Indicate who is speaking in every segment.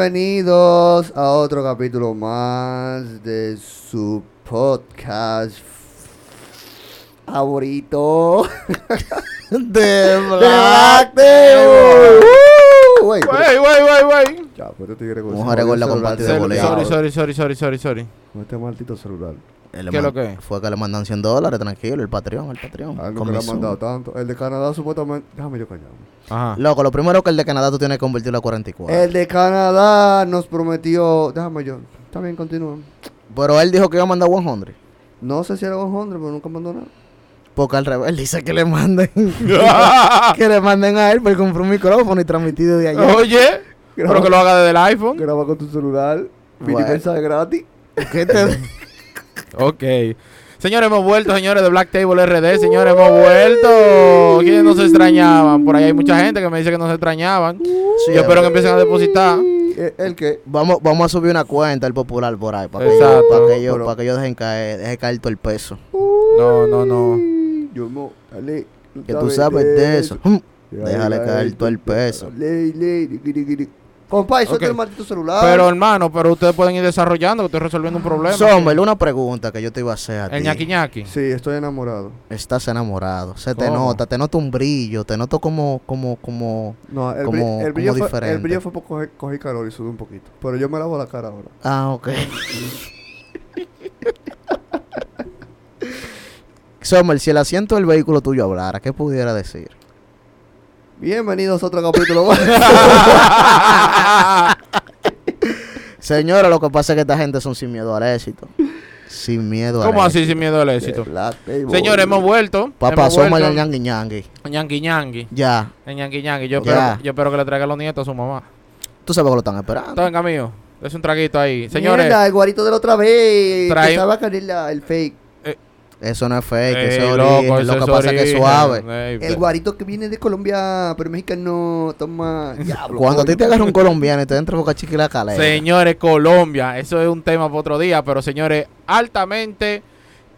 Speaker 1: Bienvenidos a otro capítulo más de su podcast favorito
Speaker 2: De
Speaker 1: de Black Table. Woo! Wey,
Speaker 3: Wey, wey, wey, wey.
Speaker 1: Uh, ya, pues este tigre con
Speaker 2: Vamos
Speaker 1: ese
Speaker 2: a arreglar la
Speaker 1: maldito
Speaker 2: compartida
Speaker 1: celular.
Speaker 2: de boleto.
Speaker 3: Sorry, sorry, sorry, sorry, sorry, sorry.
Speaker 1: Con este maldito celular.
Speaker 2: Él le
Speaker 3: ¿Qué es lo
Speaker 2: man-
Speaker 3: que?
Speaker 2: Fue que le mandan 100 dólares, tranquilo, el Patreon, el Patreon.
Speaker 1: Algo
Speaker 2: Con
Speaker 1: que le
Speaker 2: mi
Speaker 1: han
Speaker 2: Zoom.
Speaker 1: mandado tanto. El de Canadá supuestamente. Déjame yo callarme.
Speaker 3: Ajá.
Speaker 2: Ah. Loco, lo primero que el de Canadá tú tienes que convertirlo a 44.
Speaker 1: El de Canadá nos prometió. Déjame yo. También continúa.
Speaker 2: Pero él dijo que iba a mandar 100.
Speaker 1: No sé si era 100, pero nunca mandó nada.
Speaker 2: Porque al revés, él dice que le manden. que le manden a él porque compró un micrófono y transmitido de
Speaker 1: Uh.
Speaker 2: allá.
Speaker 3: Oye, pero que lo haga desde el iPhone.
Speaker 1: Graba con tu celular. Mini
Speaker 2: Bueno.
Speaker 1: mensaje gratis.
Speaker 2: ¿Qué te-
Speaker 3: Ok. Señores, hemos vuelto, señores de Black Table RD. Señores, hemos vuelto. ¿Quiénes nos extrañaban? Por ahí hay mucha gente que me dice que nos extrañaban.
Speaker 2: Sí,
Speaker 3: Yo espero que empiecen a depositar.
Speaker 1: El, el que.
Speaker 2: Vamos, vamos a subir una cuenta al popular por ahí para que,
Speaker 3: Exacto.
Speaker 2: yo, para que, yo,
Speaker 1: Pero-
Speaker 2: para que yo dejen caer, deje caer todo el peso.
Speaker 3: No, no, no.
Speaker 1: Yo mo- dale, tú
Speaker 2: Que tú sabes
Speaker 1: eh,
Speaker 2: de eso. Mm.
Speaker 1: Ya,
Speaker 2: Déjale
Speaker 1: ya,
Speaker 2: caer
Speaker 1: ya,
Speaker 2: todo el
Speaker 1: ya,
Speaker 2: peso.
Speaker 1: Ley, ley, guiri, guiri. Compa, y suelta
Speaker 3: Ok.
Speaker 1: el maldito celular.
Speaker 3: Pero hermano, pero ustedes pueden ir desarrollando, que estoy resolviendo un problema.
Speaker 2: Sommel, una pregunta que yo te iba a hacer a ti.
Speaker 3: El ñaki ñaki.
Speaker 1: Sí, estoy enamorado.
Speaker 2: Estás enamorado. Se te
Speaker 3: ¿Cómo?
Speaker 2: nota, te noto un brillo, te noto como, como, como.
Speaker 1: No, el, bri-
Speaker 2: Como-
Speaker 1: el
Speaker 2: como
Speaker 1: brillo fue, el
Speaker 2: diferente.
Speaker 1: brillo fue porque cogí, cogí calor y sudé un poquito. Pero yo me lavo la cara ahora.
Speaker 2: Ah, ok. Sommel, si el asiento del vehículo tuyo hablara, ¿qué pudiera decir?
Speaker 1: Bienvenidos a otro capítulo más.
Speaker 2: Señora, lo que pasa es que esta gente son sin miedo al éxito. Sin miedo al
Speaker 3: ¿Cómo
Speaker 2: éxito.
Speaker 3: así sin miedo al éxito? Señores,
Speaker 1: Señores,
Speaker 3: hemos vuelto.
Speaker 2: Papá,
Speaker 3: hemos
Speaker 2: Sommel
Speaker 3: vuelto.
Speaker 2: el ñangui ñangui.
Speaker 3: Ñangui ñangui.
Speaker 2: Ya.
Speaker 3: El ñangui ñangui. Yo,
Speaker 2: Ya.
Speaker 3: espero, yo espero que le traiga los nietos a su mamá.
Speaker 2: Tú sabes que lo están esperando.
Speaker 3: Todo en camino. Es un traguito ahí. Señores,
Speaker 1: el guarito de la otra vez.
Speaker 3: Trae-
Speaker 1: Que estaba a caer la- el fake.
Speaker 2: Eso no es fake,
Speaker 3: ey,
Speaker 2: eso es
Speaker 3: loco,
Speaker 2: origen,
Speaker 3: eso
Speaker 2: Lo que pasa es que es
Speaker 3: origen.
Speaker 2: suave.
Speaker 3: Ey,
Speaker 1: El guarito que viene de Colombia, pero mexicano. Toma. Diablo.
Speaker 2: Cuando a ti
Speaker 1: coño.
Speaker 2: te agarra un colombiano y te entra boca chica y la calera.
Speaker 3: Señores, Colombia. Eso es un tema para otro día. Pero señores, altamente.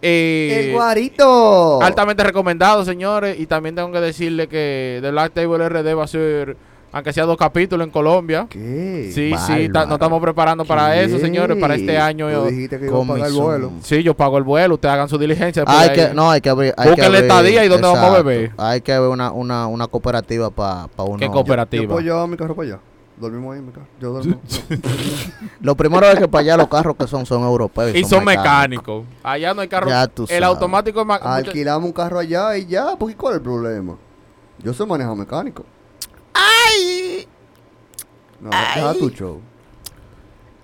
Speaker 3: eh,
Speaker 1: El guarito.
Speaker 3: altamente recomendado, señores. Y también tengo que decirle que The Black Table RD va a ser, aunque sea dos capítulos en Colombia.
Speaker 1: ¿Qué?
Speaker 3: Sí, sí,
Speaker 2: bárbaro.
Speaker 3: ta- nos estamos preparando para eso, señores, para este año.
Speaker 1: Tú
Speaker 3: Yo,
Speaker 1: dijiste que iba a
Speaker 2: Con mi
Speaker 1: pagar el
Speaker 2: Zoom.
Speaker 1: vuelo.
Speaker 3: sí, yo pago el vuelo, ustedes hagan su diligencia. después
Speaker 2: Hay
Speaker 3: de ahí.
Speaker 2: que, no, hay que abrir. Hay
Speaker 3: Busquen
Speaker 2: que
Speaker 3: la
Speaker 2: abrir-
Speaker 3: estadía y dónde vamos a
Speaker 2: exacto.
Speaker 3: beber.
Speaker 2: Hay que haber una, una, una cooperativa para pa uno.
Speaker 3: Qué
Speaker 1: Yo
Speaker 3: cooperativa.
Speaker 1: puedo llevar mi carro para allá. Dormimos ahí en mi carro. Yo duermo.
Speaker 2: Lo primero es que para allá los carros que son son europeos.
Speaker 3: y son mecánicos. Allá no hay carro.
Speaker 2: Ya tú
Speaker 3: el
Speaker 2: sabes.
Speaker 3: automático es más. mucha-
Speaker 1: Alquilamos un carro allá y ya. Porque ¿cuál es el problema? Yo sé manejar mecánico.
Speaker 2: ¡Ay!
Speaker 1: No, deja tu show.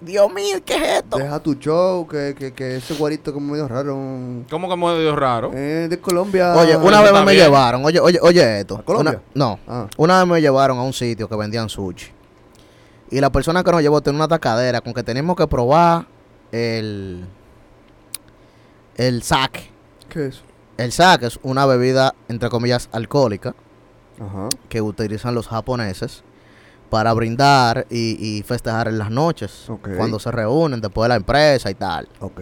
Speaker 2: Dios mío, ¿qué es esto?
Speaker 1: Deja tu show, que, que, que ese guarito como medio raro. un-
Speaker 3: ¿Cómo que medio raro?
Speaker 1: Eh, de Colombia.
Speaker 3: Ah,
Speaker 2: Oye, una
Speaker 3: eso
Speaker 2: vez
Speaker 3: está
Speaker 2: me
Speaker 3: bien.
Speaker 2: llevaron. Oye, oye, oye esto.
Speaker 1: ¿A Colombia?
Speaker 2: Una- no.
Speaker 1: Ah.
Speaker 2: Una vez me llevaron a un sitio que vendían sushi. Y la persona que nos llevó tenía una tacadera con que teníamos que probar el. El sake.
Speaker 1: ¿Qué es?
Speaker 2: El sake es una bebida, entre comillas, alcohólica
Speaker 1: Ajá.
Speaker 2: que utilizan los japoneses para brindar y, y festejar en las noches.
Speaker 1: Ok.
Speaker 2: Cuando se reúnen después de la empresa y tal.
Speaker 1: Ok.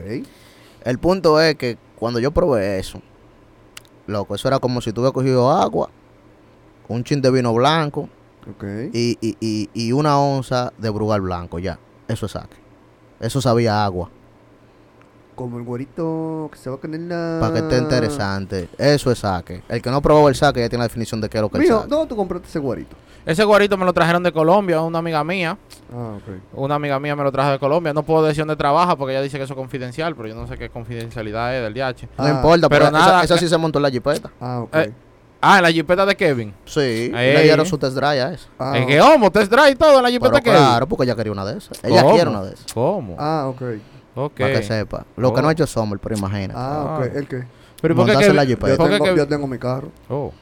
Speaker 2: El punto es que cuando yo probé eso, loco, eso era como si tuviera cogido agua, un chin de vino blanco
Speaker 1: Ok.
Speaker 2: y, y- y- y una onza de brugal blanco, ya. Eso es saque. Eso sabía a agua.
Speaker 1: Como el guarito que se va a caer en la.
Speaker 2: Para que esté interesante. Eso es saque. El que no probó el saque ya tiene la definición de qué es lo que es
Speaker 1: Mijo,
Speaker 2: saque.
Speaker 1: ¿dónde tú compraste ese guarito?
Speaker 3: Ese guarito me lo trajeron de Colombia, una amiga mía.
Speaker 1: Ah, ok.
Speaker 3: Una amiga mía me lo trajo de Colombia. No puedo decir dónde trabaja porque ella dice que eso es confidencial, pero yo no sé qué confidencialidad es del DH.
Speaker 2: No
Speaker 1: Ah,
Speaker 2: importa,
Speaker 3: pero
Speaker 2: pero esa-
Speaker 3: nada,
Speaker 2: esa,
Speaker 3: que-
Speaker 2: sí se montó en la jipeta.
Speaker 1: Ah, ok.
Speaker 3: Eh, Ah, en la jipeta de Kevin.
Speaker 2: Sí, le
Speaker 3: Ey.
Speaker 2: dieron su test drive a eso.
Speaker 1: ah,
Speaker 3: Es que homo, test drive todo en la
Speaker 2: Pero
Speaker 3: jipeta de Kevin.
Speaker 2: claro, porque ella quería una de esas. Ella
Speaker 3: ¿Cómo?
Speaker 2: quiere una de esas.
Speaker 3: ¿Cómo?
Speaker 1: ah, ok.
Speaker 3: ok.
Speaker 2: Para que sepa. Lo que
Speaker 3: Oh.
Speaker 2: no ha hecho Sommer, pero imagínate.
Speaker 1: Ah, ok. ¿El qué?
Speaker 3: pero ¿y ¿por qué
Speaker 2: montarse en la
Speaker 3: Kevin?
Speaker 2: jipeta.
Speaker 1: Yo
Speaker 3: ¿Por qué
Speaker 1: tengo, yo
Speaker 3: Kevin?
Speaker 1: tengo mi carro.
Speaker 3: Oh.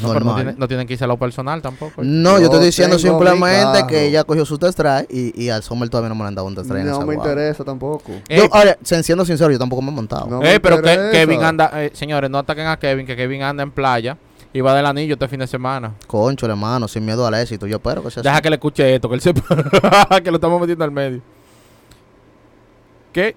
Speaker 3: No, pero no,
Speaker 2: Normal.
Speaker 3: tiene- no tienen que irse a lo personal tampoco.
Speaker 2: No, yo
Speaker 1: Yo
Speaker 2: estoy diciendo
Speaker 1: tengo mi
Speaker 2: simplemente
Speaker 1: carro.
Speaker 2: que ella cogió su test drive y, y al Sommer todavía no me le han dado un test drive en
Speaker 1: No
Speaker 2: esa
Speaker 1: me
Speaker 2: guagua.
Speaker 1: interesa tampoco.
Speaker 3: Ey,
Speaker 2: Yo, ahora, se- siendo sincero, yo tampoco me he montado.
Speaker 1: No.
Speaker 3: Ey,
Speaker 1: me
Speaker 3: pero que-
Speaker 1: interesa.
Speaker 3: Kevin anda, eh, señores, no ataquen a Kevin, que Kevin anda en playa y va del anillo este fin de semana.
Speaker 2: Concho, hermano, sin miedo al éxito. Yo espero que sea
Speaker 3: Deja que le escuche esto, que él sepa que lo estamos metiendo al medio. ¿Qué?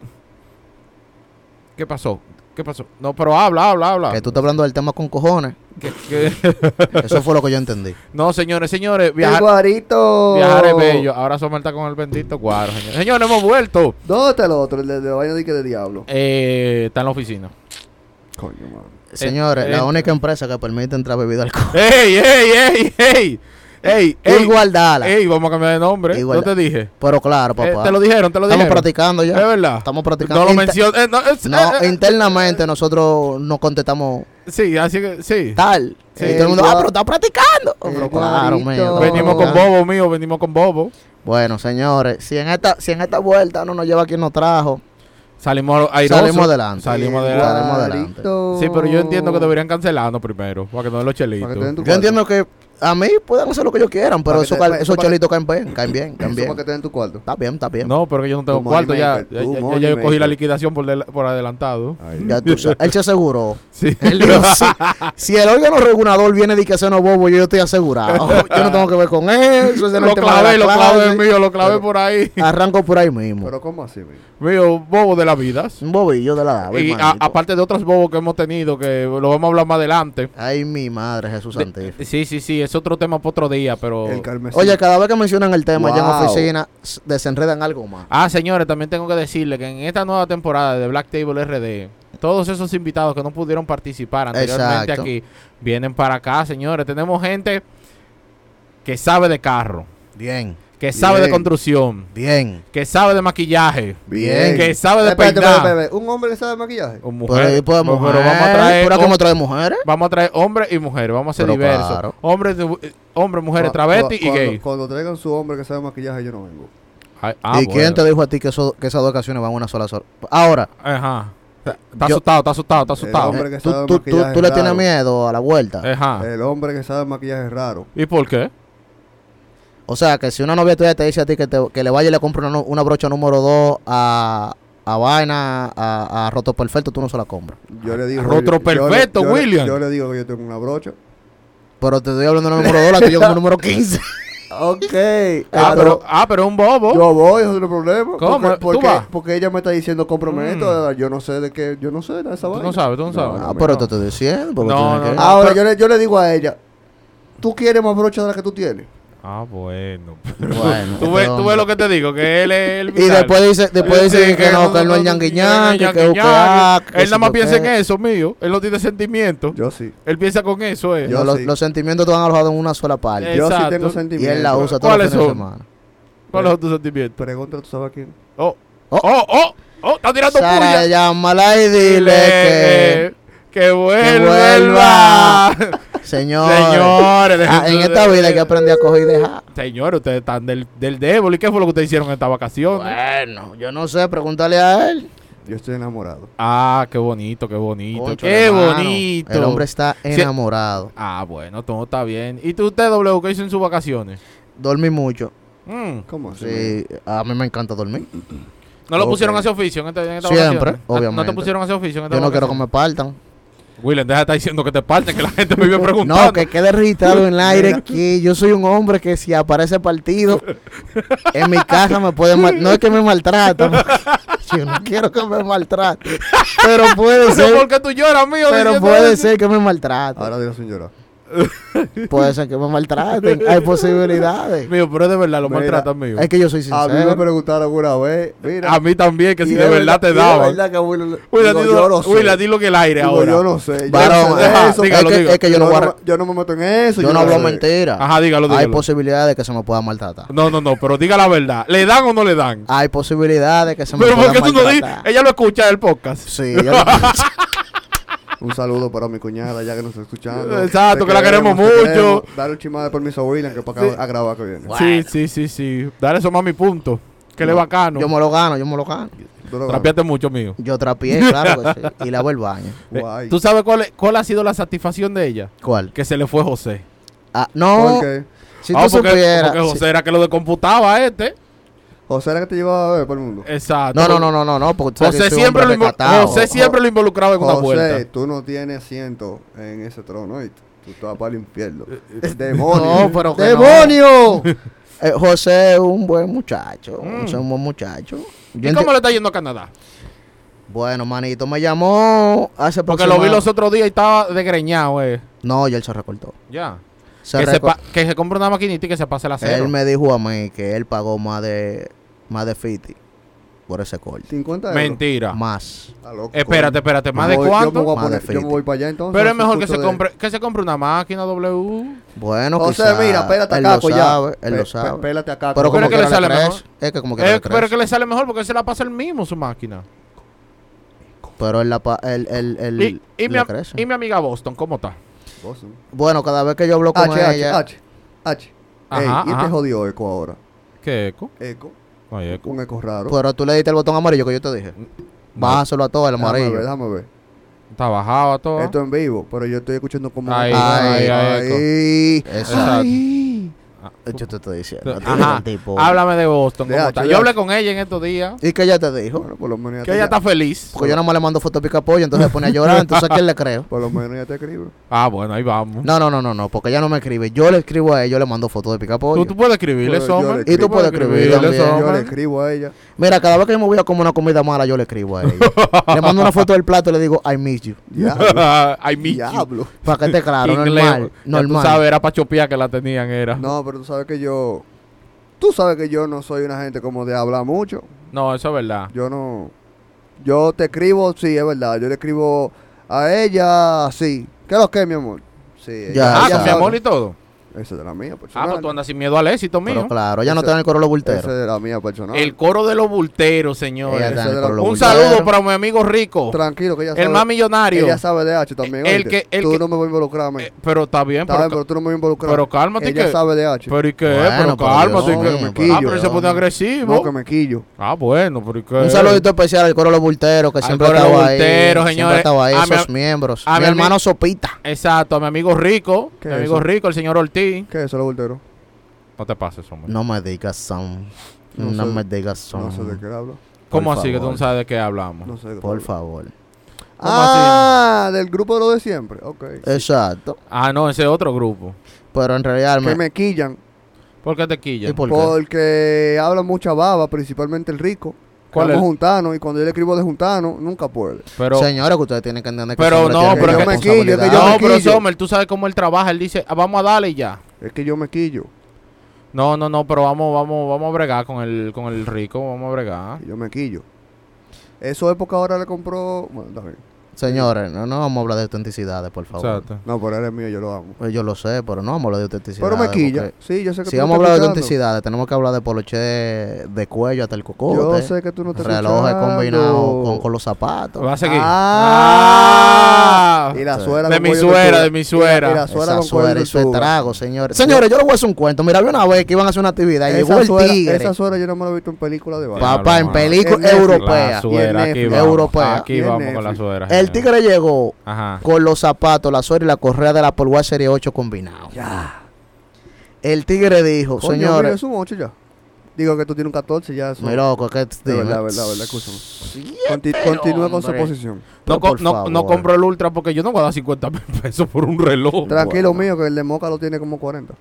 Speaker 3: ¿Qué pasó? ¿Qué pasó? No, pero habla, habla, habla.
Speaker 2: Que tú estás hablando del tema con cojones.
Speaker 3: Que- que-
Speaker 2: Eso fue lo que yo entendí.
Speaker 3: No, señores, señores,
Speaker 1: el
Speaker 3: viajar,
Speaker 1: guarito.
Speaker 3: viajar es bello. Ahora somos alta con el bendito cuadro, señores. Señores, hemos vuelto.
Speaker 1: ¿Dónde está el otro? El de, de la vaina de que de diablo.
Speaker 3: Eh, está en la oficina.
Speaker 1: Coño, mano.
Speaker 2: Señores, la
Speaker 3: eh.
Speaker 2: única empresa que permite entrar bebida alcohol.
Speaker 3: ¡Ey, ey, ey, ey! ¡Ey,
Speaker 2: Tú
Speaker 3: ey!
Speaker 2: guardala.
Speaker 3: ¡Ey, vamos a cambiar de nombre!
Speaker 2: Igual-
Speaker 3: Yo te dije.
Speaker 2: Pero claro,
Speaker 3: Eh,
Speaker 2: papá.
Speaker 3: te lo dijeron, te lo
Speaker 2: Estamos
Speaker 3: dijeron.
Speaker 2: practicando ya.
Speaker 3: Es verdad.
Speaker 2: Estamos practicando.
Speaker 3: No lo
Speaker 2: Inter-
Speaker 3: mencioné. eh, no, es-
Speaker 2: No,
Speaker 3: eh, eh,
Speaker 2: internamente nosotros nos contestamos
Speaker 3: sí, así que sí.
Speaker 2: tal.
Speaker 1: Sí.
Speaker 2: y todo el mundo,
Speaker 1: Eh,
Speaker 2: ah,
Speaker 1: gua-
Speaker 2: pero está practicando.
Speaker 1: Eh,
Speaker 2: Pero claro,
Speaker 1: guarito.
Speaker 3: Venimos
Speaker 2: mío,
Speaker 3: con
Speaker 2: estamos practicando.
Speaker 3: Bobo, mío, venimos con Bobo.
Speaker 2: Bueno, señores, si en esta, si en esta vuelta no nos lleva quien nos trajo,
Speaker 3: Salimos airosos.
Speaker 2: Salimos adelante.
Speaker 3: Salimos
Speaker 1: El
Speaker 3: adelante.
Speaker 2: Salimos adelante.
Speaker 1: guarito.
Speaker 3: Sí, pero yo entiendo que deberían cancelarnos primero. Para que no den los chelitos.
Speaker 1: Para que te den tu
Speaker 2: yo
Speaker 1: cuarto.
Speaker 2: entiendo que a mí pueden hacer lo que ellos quieran, pero
Speaker 1: Pa' que
Speaker 2: esos,
Speaker 1: te-
Speaker 2: cal-
Speaker 1: pa-
Speaker 2: esos
Speaker 1: pa' que-
Speaker 2: chelitos caen bien, caen bien, caen
Speaker 1: Eso
Speaker 2: bien.
Speaker 1: para que te den tu cuarto.
Speaker 2: Está bien, está bien.
Speaker 3: No, pero que yo no tengo
Speaker 1: Tu
Speaker 3: cuarto ya.
Speaker 1: moneymaker,
Speaker 3: Ya,
Speaker 1: tu
Speaker 3: ya- ya yo
Speaker 1: moneymaker.
Speaker 3: cogí la liquidación por, del- por adelantado.
Speaker 2: Ya tú sabes. Él se aseguró.
Speaker 3: Sí.
Speaker 2: Ah. Él dijo, "Sí, si el órgano regulador viene de que hacernos bobo, yo, yo estoy asegurado. Yo no tengo que ver con eso. ese no es el
Speaker 3: lo
Speaker 2: tema
Speaker 3: clavé,
Speaker 2: de la
Speaker 3: lo clavé
Speaker 2: clase".
Speaker 3: mío, lo clavé
Speaker 2: Pero-
Speaker 3: por ahí.
Speaker 2: Arranco por ahí mismo.
Speaker 1: Pero ¿cómo así, men?
Speaker 3: Mío, bobo de la vida.
Speaker 2: Un bobillo de la daba,
Speaker 3: Y a-
Speaker 2: hermanito.
Speaker 3: aparte de otros bobos que hemos tenido, que lo vamos a hablar más adelante.
Speaker 2: Ay, mi madre, Jesús
Speaker 3: De-
Speaker 2: Santífico.
Speaker 3: sí, sí, sí, es otro tema para otro día, pero...
Speaker 1: El carmesí.
Speaker 2: Oye, cada vez que mencionan el tema ya en
Speaker 1: Wow.
Speaker 2: oficina, s- desenredan algo más.
Speaker 3: Ah, señores, también tengo que decirle que en esta nueva temporada de Black Table RD, todos esos invitados que no pudieron participar anteriormente
Speaker 2: Exacto.
Speaker 3: aquí, vienen para acá, señores. Tenemos gente que sabe de carro,
Speaker 2: Bien,
Speaker 3: que sabe de
Speaker 1: Bien.
Speaker 3: construcción,
Speaker 2: bien.
Speaker 3: que sabe de maquillaje,
Speaker 2: Bien.
Speaker 3: que sabe de
Speaker 1: Espérate,
Speaker 3: peinar.
Speaker 1: espérate, espérate. ¿Un hombre que sabe de maquillaje?
Speaker 3: O
Speaker 2: Pero
Speaker 3: mujer.
Speaker 2: ahí podemos. Ah,
Speaker 3: Pero vamos a traer...
Speaker 2: ¿Pura que me trae mujeres?
Speaker 3: Vamos a traer hombres y mujeres, vamos a ser
Speaker 2: Pero
Speaker 3: diversos.
Speaker 2: claro.
Speaker 3: Hombres, de- eh, hombres, mujeres,
Speaker 1: Cu-
Speaker 3: travesti
Speaker 1: cu-
Speaker 3: y
Speaker 1: cuando,
Speaker 3: gay.
Speaker 1: Cuando traigan su hombre que sabe de maquillaje, yo no vengo.
Speaker 3: Ay, ah,
Speaker 2: ¿Y quién
Speaker 3: bueno.
Speaker 2: te dijo a ti que, eso- que esas dos ocasiones van una sola sola? Ahora,
Speaker 3: Ajá. Está
Speaker 2: Yo-
Speaker 3: asustado, está asustado, está asustado.
Speaker 1: hombre que
Speaker 2: tú,
Speaker 1: sabe
Speaker 2: tú- tú-
Speaker 1: maquillaje,
Speaker 2: tú le tienes
Speaker 1: claro.
Speaker 2: miedo a la vuelta.
Speaker 3: Ajá.
Speaker 1: El hombre que sabe de maquillaje es raro.
Speaker 3: ¿Y por qué?
Speaker 2: O sea, que si una novia tuya te dice a ti que, te- que le vaya y le compre una, nu- una brocha número 2 a, a vaina, a, a roto perfecto, tú no se la compras.
Speaker 1: Yo le digo.
Speaker 3: Rostro
Speaker 1: yo- yo le-
Speaker 3: perfecto,
Speaker 1: yo le-
Speaker 3: William.
Speaker 1: Yo le digo que yo tengo una brocha.
Speaker 2: Pero te estoy hablando de la número 2, la tuya como número 15.
Speaker 1: Ok.
Speaker 3: Ah, pero, ah, pero es un bobo.
Speaker 1: Yo voy, eso no es problema.
Speaker 3: ¿Cómo?
Speaker 1: Porque,
Speaker 3: ¿Tú
Speaker 1: porque,
Speaker 3: vas? Mm.
Speaker 1: porque ella me está diciendo comprometo. Yo no sé de qué. Yo no sé de esa
Speaker 3: tú
Speaker 1: vaina.
Speaker 3: no sabes, tú no sabes.
Speaker 2: Ah, pero te estoy diciendo. porque
Speaker 3: No,
Speaker 2: tiene
Speaker 3: no,
Speaker 2: que-
Speaker 3: no.
Speaker 1: Ahora,
Speaker 3: pero-
Speaker 1: yo, le, yo le digo a ella: ¿Tú quieres más brocha de la que tú tienes?
Speaker 3: Ah, bueno.
Speaker 2: Bueno,
Speaker 3: ¿Tú ves,
Speaker 2: pero-
Speaker 3: tú ves lo que te digo, que él es el
Speaker 2: Y
Speaker 3: viral.
Speaker 2: después dice, después
Speaker 3: Sí,
Speaker 2: dice que, no, que él no es
Speaker 3: que
Speaker 2: ñangui
Speaker 3: no es
Speaker 2: ñangui, que
Speaker 3: ñangui
Speaker 2: UPA,
Speaker 3: ñangui.
Speaker 2: que
Speaker 3: Él nada más
Speaker 2: sé yo
Speaker 3: piensa en
Speaker 2: qué.
Speaker 3: eso, mío. Él no tiene sentimientos.
Speaker 1: Yo sí.
Speaker 3: Él piensa con eso, eh.
Speaker 1: Yo
Speaker 2: No, los,
Speaker 1: sí.
Speaker 2: los sentimientos te van alojados en una sola parte.
Speaker 3: Eh,
Speaker 1: Yo sí
Speaker 3: Exacto.
Speaker 1: tengo
Speaker 2: y
Speaker 1: sentimientos.
Speaker 2: él la usa todos los
Speaker 3: ¿Cuáles
Speaker 2: fines de
Speaker 3: son?
Speaker 2: semana.
Speaker 3: ¿Cuáles son tus sentimientos?
Speaker 1: Pregúntale, ¿tú sabes a quién?
Speaker 3: Oh,
Speaker 2: Oh.
Speaker 3: oh, oh, oh, está tirando puya.
Speaker 2: Sara, llámala y dile que...
Speaker 3: que vuelva.
Speaker 2: vuelva.
Speaker 3: Señores,
Speaker 2: Señor. Ah, en esta vida hay que aprender a coger y dejar.
Speaker 3: Señores, ustedes están del, del débil. ¿Y qué fue lo que ustedes hicieron en esta vacación?
Speaker 2: Bueno, yo no sé, pregúntale a él.
Speaker 1: Yo estoy enamorado.
Speaker 3: Ah, qué bonito, qué bonito.
Speaker 2: Concho,
Speaker 3: qué
Speaker 2: hermano,
Speaker 3: bonito.
Speaker 2: El hombre está enamorado.
Speaker 3: Ah, bueno, todo está bien. ¿Y tú, usted, W, qué hizo en sus vacaciones?
Speaker 2: Dormí mucho.
Speaker 3: Mm,
Speaker 1: ¿Cómo así? men?
Speaker 2: Sí, a mí me encanta dormir.
Speaker 3: ¿No lo
Speaker 1: Ok.
Speaker 3: pusieron a hacer oficio en esta, en esta
Speaker 2: Siempre,
Speaker 3: vacaciones? Ah, ¿No
Speaker 2: obviamente.
Speaker 3: te pusieron a hacer oficio en esta
Speaker 2: Yo no quiero que me
Speaker 3: vacaciones?
Speaker 2: partan.
Speaker 3: Willem, deja de estar diciendo que te parten, que la gente me vive preguntando.
Speaker 2: No, que quede registrado en el aire que yo soy un hombre que si aparece partido en mi casa me pueden mal- no es que me maltratan. Yo no quiero que me maltraten, pero puede
Speaker 3: Pero
Speaker 2: ser,
Speaker 3: ¿Por qué tú lloras, mío?
Speaker 2: pero
Speaker 3: diciendo
Speaker 2: puede
Speaker 3: eso?
Speaker 2: ser que me maltraten.
Speaker 1: Ahora digo sin llorar.
Speaker 2: Puede ser que me maltraten, hay posibilidades.
Speaker 3: Mío, pero es de verdad, lo
Speaker 1: Mira,
Speaker 3: maltratan, mío.
Speaker 2: Es que yo soy
Speaker 1: A mí me
Speaker 2: sincero.
Speaker 1: preguntaron alguna vez. Mira.
Speaker 3: A mí también, que
Speaker 1: y
Speaker 3: si de verdad te
Speaker 1: y de
Speaker 3: daban.
Speaker 1: verdad que a Will le-
Speaker 3: Will, a
Speaker 1: digo,
Speaker 3: ti
Speaker 1: yo
Speaker 3: no-
Speaker 1: no sé.
Speaker 3: Will, a ti lo que el aire
Speaker 1: Digo,
Speaker 3: ahora.
Speaker 1: yo no sé. yo
Speaker 2: Varón,
Speaker 1: no sé de
Speaker 3: ajá,
Speaker 1: eso.
Speaker 3: dígalo,
Speaker 2: es, que,
Speaker 3: dígalo.
Speaker 2: es que yo no voy a re-
Speaker 1: me- yo no me meto en eso.
Speaker 2: yo no
Speaker 1: sé.
Speaker 2: hablo mentira.
Speaker 3: Ajá, dígalo,
Speaker 2: Hay
Speaker 3: dígalo.
Speaker 2: posibilidades de que se me pueda maltratar.
Speaker 3: No, no, no, pero diga la verdad. ¿Le dan o no le dan?
Speaker 2: Hay posibilidades de que se Ah, me
Speaker 3: Pero
Speaker 2: pueda
Speaker 3: ¿por qué tú no dices?
Speaker 2: maltratar.
Speaker 3: Ella lo escucha el podcast.
Speaker 2: Sí, yo no-
Speaker 1: Un saludo para mi cuñada, ya que nos está escuchando.
Speaker 3: Exacto,
Speaker 1: Te
Speaker 3: que la queremos
Speaker 1: te
Speaker 3: mucho.
Speaker 1: queremos. Dale un chimado por mi sobrina que para acá
Speaker 3: Sí.
Speaker 1: a grabar que viene.
Speaker 3: Sí, sí, sí, sí. Dale eso mami punto. Que le bacano.
Speaker 2: yo me lo gano, yo me lo gano.
Speaker 1: Tú lo
Speaker 3: Trapeate mucho, mío.
Speaker 2: Yo trapié, claro que sí. Y lavo el baño.
Speaker 1: ganas. Guay.
Speaker 3: Eh, ¿Tú sabes cuál, es- cuál ha sido la satisfacción de ella?
Speaker 2: ¿Cuál?
Speaker 3: Que se le fue José.
Speaker 2: Ah,
Speaker 1: ¿Por
Speaker 2: no,
Speaker 1: qué?
Speaker 2: si
Speaker 3: Ah,
Speaker 2: tú
Speaker 3: porque,
Speaker 2: supieras.
Speaker 3: porque José
Speaker 2: si-
Speaker 3: era que lo descomputaba a este.
Speaker 1: José era que te llevaba a ver por el mundo.
Speaker 3: Exacto.
Speaker 2: no, no, no, no, no, no, porque tú sabes
Speaker 3: José
Speaker 2: que soy un
Speaker 3: siempre, lo,
Speaker 2: hombre
Speaker 3: invo-
Speaker 2: recatado.
Speaker 3: José siempre lo involucraba en Eh, una
Speaker 1: José,
Speaker 3: vuelta.
Speaker 1: tú no tienes asiento en ese trono y tú estás para el infierno.
Speaker 3: Eh,
Speaker 2: No,
Speaker 1: ¡Demonio!
Speaker 2: pero que no.
Speaker 1: ¡Demonio!
Speaker 2: Eh, José es un buen muchacho,
Speaker 3: Mm.
Speaker 2: José es un buen muchacho. Yo
Speaker 3: ¿Y
Speaker 2: enti-
Speaker 3: cómo le está yendo a Canadá?
Speaker 2: Bueno, manito, me llamó hace
Speaker 3: Porque lo vi
Speaker 2: aproximado-
Speaker 3: los otros días y estaba desgreñado, güey.
Speaker 2: No, ya él se recortó.
Speaker 3: Ya.
Speaker 2: Se
Speaker 3: que, se
Speaker 2: reco-
Speaker 3: pa- que se compre una maquinita y que se pase la cero.
Speaker 2: Él me dijo a mí que él pagó más de más de 50 por ese corte.
Speaker 1: 50 euros.
Speaker 3: Mentira.
Speaker 2: Más.
Speaker 1: Está loco,
Speaker 3: Espérate, espérate.
Speaker 1: coño.
Speaker 3: ¿Más
Speaker 1: Yo
Speaker 3: de
Speaker 1: voy- Yo me
Speaker 3: cuánto?
Speaker 1: voy, a
Speaker 2: Más de
Speaker 1: poner- yo me
Speaker 2: 50.
Speaker 1: voy para allá entonces.
Speaker 3: Pero es
Speaker 1: así
Speaker 3: mejor que
Speaker 1: justo
Speaker 3: se
Speaker 1: de-
Speaker 3: compre que se compre una máquina W.
Speaker 2: Bueno,
Speaker 1: O sea,
Speaker 2: quizá
Speaker 1: mira, espérate
Speaker 2: pues, ah, él
Speaker 1: acá,
Speaker 3: pues
Speaker 1: pues
Speaker 2: lo sabe,
Speaker 1: collado.
Speaker 2: él lo sabe.
Speaker 1: Espérate acá.
Speaker 2: pero como
Speaker 3: que
Speaker 2: que
Speaker 3: le
Speaker 2: le
Speaker 3: sale
Speaker 2: crees,
Speaker 3: mejor.
Speaker 2: es que como que
Speaker 3: Eh,
Speaker 2: le
Speaker 3: pero
Speaker 2: crees.
Speaker 3: que le sale mejor porque él se la pasa el mismo su máquina.
Speaker 2: Pero él la pa- él, él, él,
Speaker 3: Y, y mi,
Speaker 2: le
Speaker 3: am-
Speaker 2: crece.
Speaker 3: y mi amiga Boston, ¿cómo está?
Speaker 2: Bueno, cada vez que yo hablo con
Speaker 1: H, H,
Speaker 2: ella,
Speaker 1: H, H. Ey,
Speaker 3: Ajá,
Speaker 1: y este
Speaker 3: ajá.
Speaker 1: jodió eco ahora.
Speaker 3: ¿Qué eco?
Speaker 1: Eco.
Speaker 3: Oye, eco.
Speaker 1: Un eco raro.
Speaker 2: pero tú le diste el botón amarillo que yo te dije. Bájaselo a todo el
Speaker 1: déjame ver,
Speaker 2: amarillo.
Speaker 1: déjame ver.
Speaker 3: Está bajado todo.
Speaker 1: Esto en vivo, pero yo estoy escuchando como.
Speaker 3: Oh. Ahí,
Speaker 2: ahí,
Speaker 1: ahí.
Speaker 2: Exacto.
Speaker 1: Ay.
Speaker 3: Ah,
Speaker 2: Yo te estoy diciendo. tú eres
Speaker 3: Ajá.
Speaker 2: un tipo.
Speaker 3: Háblame de Boston. ¿cómo
Speaker 1: De
Speaker 3: está?
Speaker 1: H,
Speaker 3: Yo
Speaker 1: de
Speaker 3: hablé
Speaker 1: H.
Speaker 3: con ella en estos días.
Speaker 2: ¿Y qué ya te dijo?
Speaker 1: Bueno, por lo menos ya
Speaker 3: Que
Speaker 1: te-
Speaker 3: ella está feliz.
Speaker 2: Porque yo nada más le mando fotos pica pollo, entonces se pone a llorar, entonces a quién le creo.
Speaker 1: Por lo menos ya te escribo.
Speaker 3: Ah, bueno, ahí vamos.
Speaker 2: No, no, no, no, no, porque ella no me escribe. Yo le escribo a ella, yo le mando fotos de pica
Speaker 3: Tú,
Speaker 2: pollo.
Speaker 3: tú puedes escribirle,
Speaker 1: Yo- yo
Speaker 3: Soma.
Speaker 1: le
Speaker 2: Y tú puedes escribirle también.
Speaker 1: Yo le
Speaker 3: Soma.
Speaker 1: escribo a ella.
Speaker 2: Mira, cada vez que yo me voy a comer una comida mala, yo le escribo a ella. le mando una foto del plato y le digo, I miss you.
Speaker 1: Diablo.
Speaker 3: Ay, mi
Speaker 1: Diablo.
Speaker 2: Para que esté claro, normal.
Speaker 3: Tú
Speaker 2: Normal.
Speaker 3: sabes, era para chopear que la tenían, era. No,
Speaker 1: No, pero tú sabes que yo. Tú sabes que yo no soy una gente como de hablar mucho.
Speaker 3: eso es verdad.
Speaker 1: Yo no. Yo te escribo, sí, es verdad. Yo le escribo a ella, sí. ¿Qué es lo que es, mi amor? Sí,
Speaker 2: Ya,
Speaker 3: Ah,
Speaker 2: ya
Speaker 3: con mi
Speaker 2: sabe.
Speaker 3: amor y todo.
Speaker 1: Esa es de la mía
Speaker 3: Ah,
Speaker 1: personal.
Speaker 3: pues tú andas sin miedo al éxito mío.
Speaker 2: Pero claro, ella no
Speaker 1: Ese-
Speaker 2: te da el coro los
Speaker 1: Esa es
Speaker 2: bulteros.
Speaker 1: de la mía personal.
Speaker 3: El coro de los bulteros,
Speaker 2: Ella
Speaker 1: ese
Speaker 2: te
Speaker 3: señores.
Speaker 2: da en
Speaker 1: de la-
Speaker 2: el coro los
Speaker 3: Un
Speaker 2: bulteros.
Speaker 3: saludo para mi amigo rico.
Speaker 1: Tranquilo, que ella sabe.
Speaker 3: El más millonario.
Speaker 1: Ella sabe de H también.
Speaker 3: El
Speaker 1: oíste.
Speaker 3: que- el
Speaker 1: tú
Speaker 3: que-
Speaker 1: no me voy a involucrar, man.
Speaker 3: Eh, pero está bien,
Speaker 1: Está bien,
Speaker 3: pero,
Speaker 1: pero tú no me voy a involucrar.
Speaker 3: pero cálmate
Speaker 1: ella
Speaker 3: que- Pues
Speaker 1: sabe de H.
Speaker 3: pero ¿y qué? pero
Speaker 2: Bueno, pero
Speaker 3: cálmate.
Speaker 1: Dios
Speaker 3: que-
Speaker 1: mío,
Speaker 3: ah, pero
Speaker 1: pero
Speaker 3: él se pone
Speaker 1: Dios.
Speaker 3: agresivo.
Speaker 1: No, que me quillo.
Speaker 3: Ah, bueno, pero ¿y qué?
Speaker 2: Un saludito especial al coro los bulteros, que
Speaker 3: Al
Speaker 2: siempre
Speaker 3: coro Los
Speaker 2: estaba ahí.
Speaker 3: Bulteros, señores.
Speaker 2: Siempre estaba ahí,
Speaker 3: A mi-
Speaker 2: esos miembros.
Speaker 3: a
Speaker 2: mi
Speaker 3: mi
Speaker 2: hermano
Speaker 3: ami-
Speaker 2: Sopita.
Speaker 3: Exacto, a mi amigo rico.
Speaker 1: ¿Qué
Speaker 3: Mi
Speaker 1: es
Speaker 3: amigo
Speaker 1: eso?
Speaker 3: rico, el señor Ortiz.
Speaker 1: ¿Qué es eso, los volteros?
Speaker 3: No te pases, hombre.
Speaker 2: No me digas son.
Speaker 1: No
Speaker 2: No,
Speaker 1: sé-
Speaker 2: me digas son.
Speaker 1: No sé de qué hablo.
Speaker 3: ¿Cómo
Speaker 2: Por
Speaker 3: así que tú
Speaker 2: favor.
Speaker 3: no sabes de qué hablamos?
Speaker 1: No sé de qué
Speaker 2: Por
Speaker 1: hablo.
Speaker 2: favor.
Speaker 1: Ah, del grupo de lo de siempre. Ok.
Speaker 2: Exacto.
Speaker 3: Ah, no, ese es otro grupo.
Speaker 2: Pero en realidad...
Speaker 1: Que
Speaker 2: me-
Speaker 1: me quillan
Speaker 3: ¿Por qué te quillan?
Speaker 2: ¿Y por qué?
Speaker 1: porque habla mucha baba, principalmente el rico.
Speaker 3: ¿Cuál
Speaker 1: Somos
Speaker 3: es?
Speaker 1: juntanos y cuando yo le escribo de juntano, nunca puede.
Speaker 3: Pero,
Speaker 2: Señores, que ustedes tienen que entender que
Speaker 3: Pero
Speaker 2: siempre
Speaker 3: no,
Speaker 2: tienen
Speaker 3: pero que-
Speaker 2: una
Speaker 1: Yo me quillo, que yo
Speaker 2: responsabilidad.
Speaker 1: me
Speaker 3: no, pero
Speaker 1: quillo.
Speaker 3: Sommer, tú sabes cómo él trabaja. Él dice, "Ah, vamos a darle y ya.
Speaker 1: Es que yo me quillo.
Speaker 3: No, no, no, pero vamos, vamos, vamos a bregar con el, con el rico, vamos a
Speaker 2: Ah.
Speaker 3: bregar.
Speaker 1: Yo me quillo. Eso es porque ahora le compró. Bueno, está bien.
Speaker 2: Señores, no, no vamos a hablar de autenticidades, por favor.
Speaker 3: Exacto.
Speaker 1: No, pero él es mío, yo lo amo.
Speaker 2: Pues yo lo sé, pero no vamos a hablar de
Speaker 1: Pero
Speaker 2: autenticidades.
Speaker 1: me quilla.
Speaker 2: porque
Speaker 1: Sí, yo sé que
Speaker 2: Si
Speaker 1: tú no
Speaker 2: vamos
Speaker 1: estás
Speaker 2: a hablar de
Speaker 1: escuchando.
Speaker 2: autenticidades, tenemos que hablar de poloche de cuello hasta el
Speaker 1: Yo
Speaker 2: cocote.
Speaker 1: sé que tú no estás
Speaker 2: relojes
Speaker 1: escuchando.
Speaker 2: combinados con, con los zapatos.
Speaker 3: Va a seguir.
Speaker 1: Ah, y la
Speaker 2: Sí.
Speaker 1: suera
Speaker 3: De
Speaker 1: con
Speaker 3: mi
Speaker 1: cuello
Speaker 3: suera,
Speaker 1: tortuga.
Speaker 3: de mi
Speaker 1: Y la-
Speaker 3: suera.
Speaker 1: Y la suera
Speaker 2: Esa
Speaker 1: con cuello
Speaker 2: suera y su
Speaker 1: tortuga.
Speaker 2: estrago, señores. Señores, yo les voy a hacer un cuento. Mira, había una vez que iban a hacer una actividad y llegó
Speaker 1: Esa
Speaker 2: el
Speaker 1: suera,
Speaker 2: tigre.
Speaker 1: esa suera yo no me la he visto en película de baile.
Speaker 2: Papá, en
Speaker 3: Diablo, mano.
Speaker 2: película
Speaker 1: En Netflix.
Speaker 2: europea.
Speaker 3: La
Speaker 1: Y
Speaker 3: suera,
Speaker 1: el
Speaker 3: aquí
Speaker 1: Netflix.
Speaker 3: vamos.
Speaker 2: Europea.
Speaker 1: Y
Speaker 3: Aquí
Speaker 1: el
Speaker 3: vamos con la
Speaker 1: Netflix.
Speaker 3: suera.
Speaker 2: El
Speaker 3: señor.
Speaker 2: tigre llegó
Speaker 3: Ajá.
Speaker 2: con los zapatos, la suela y la correa de la Apple Watch Serie 8 combinados.
Speaker 1: Ya.
Speaker 2: El tigre dijo,
Speaker 1: Coño,
Speaker 2: Pues, señores,
Speaker 1: mira, es un 8 ya. Digo que tú tienes un 14 ya. Eso.
Speaker 2: Mi loco, que te
Speaker 1: De
Speaker 2: digo?
Speaker 1: verdad, verdad, verdad, escúchame. Conti- continúa con su
Speaker 2: hombre.
Speaker 1: posición.
Speaker 3: No,
Speaker 2: Pero
Speaker 3: co-
Speaker 2: por
Speaker 3: no, no
Speaker 2: favor.
Speaker 3: compro el ultra porque yo no voy a dar 50 mil pesos por un reloj. Este
Speaker 1: Tranquilo mío, que el de Moca lo tiene como 40.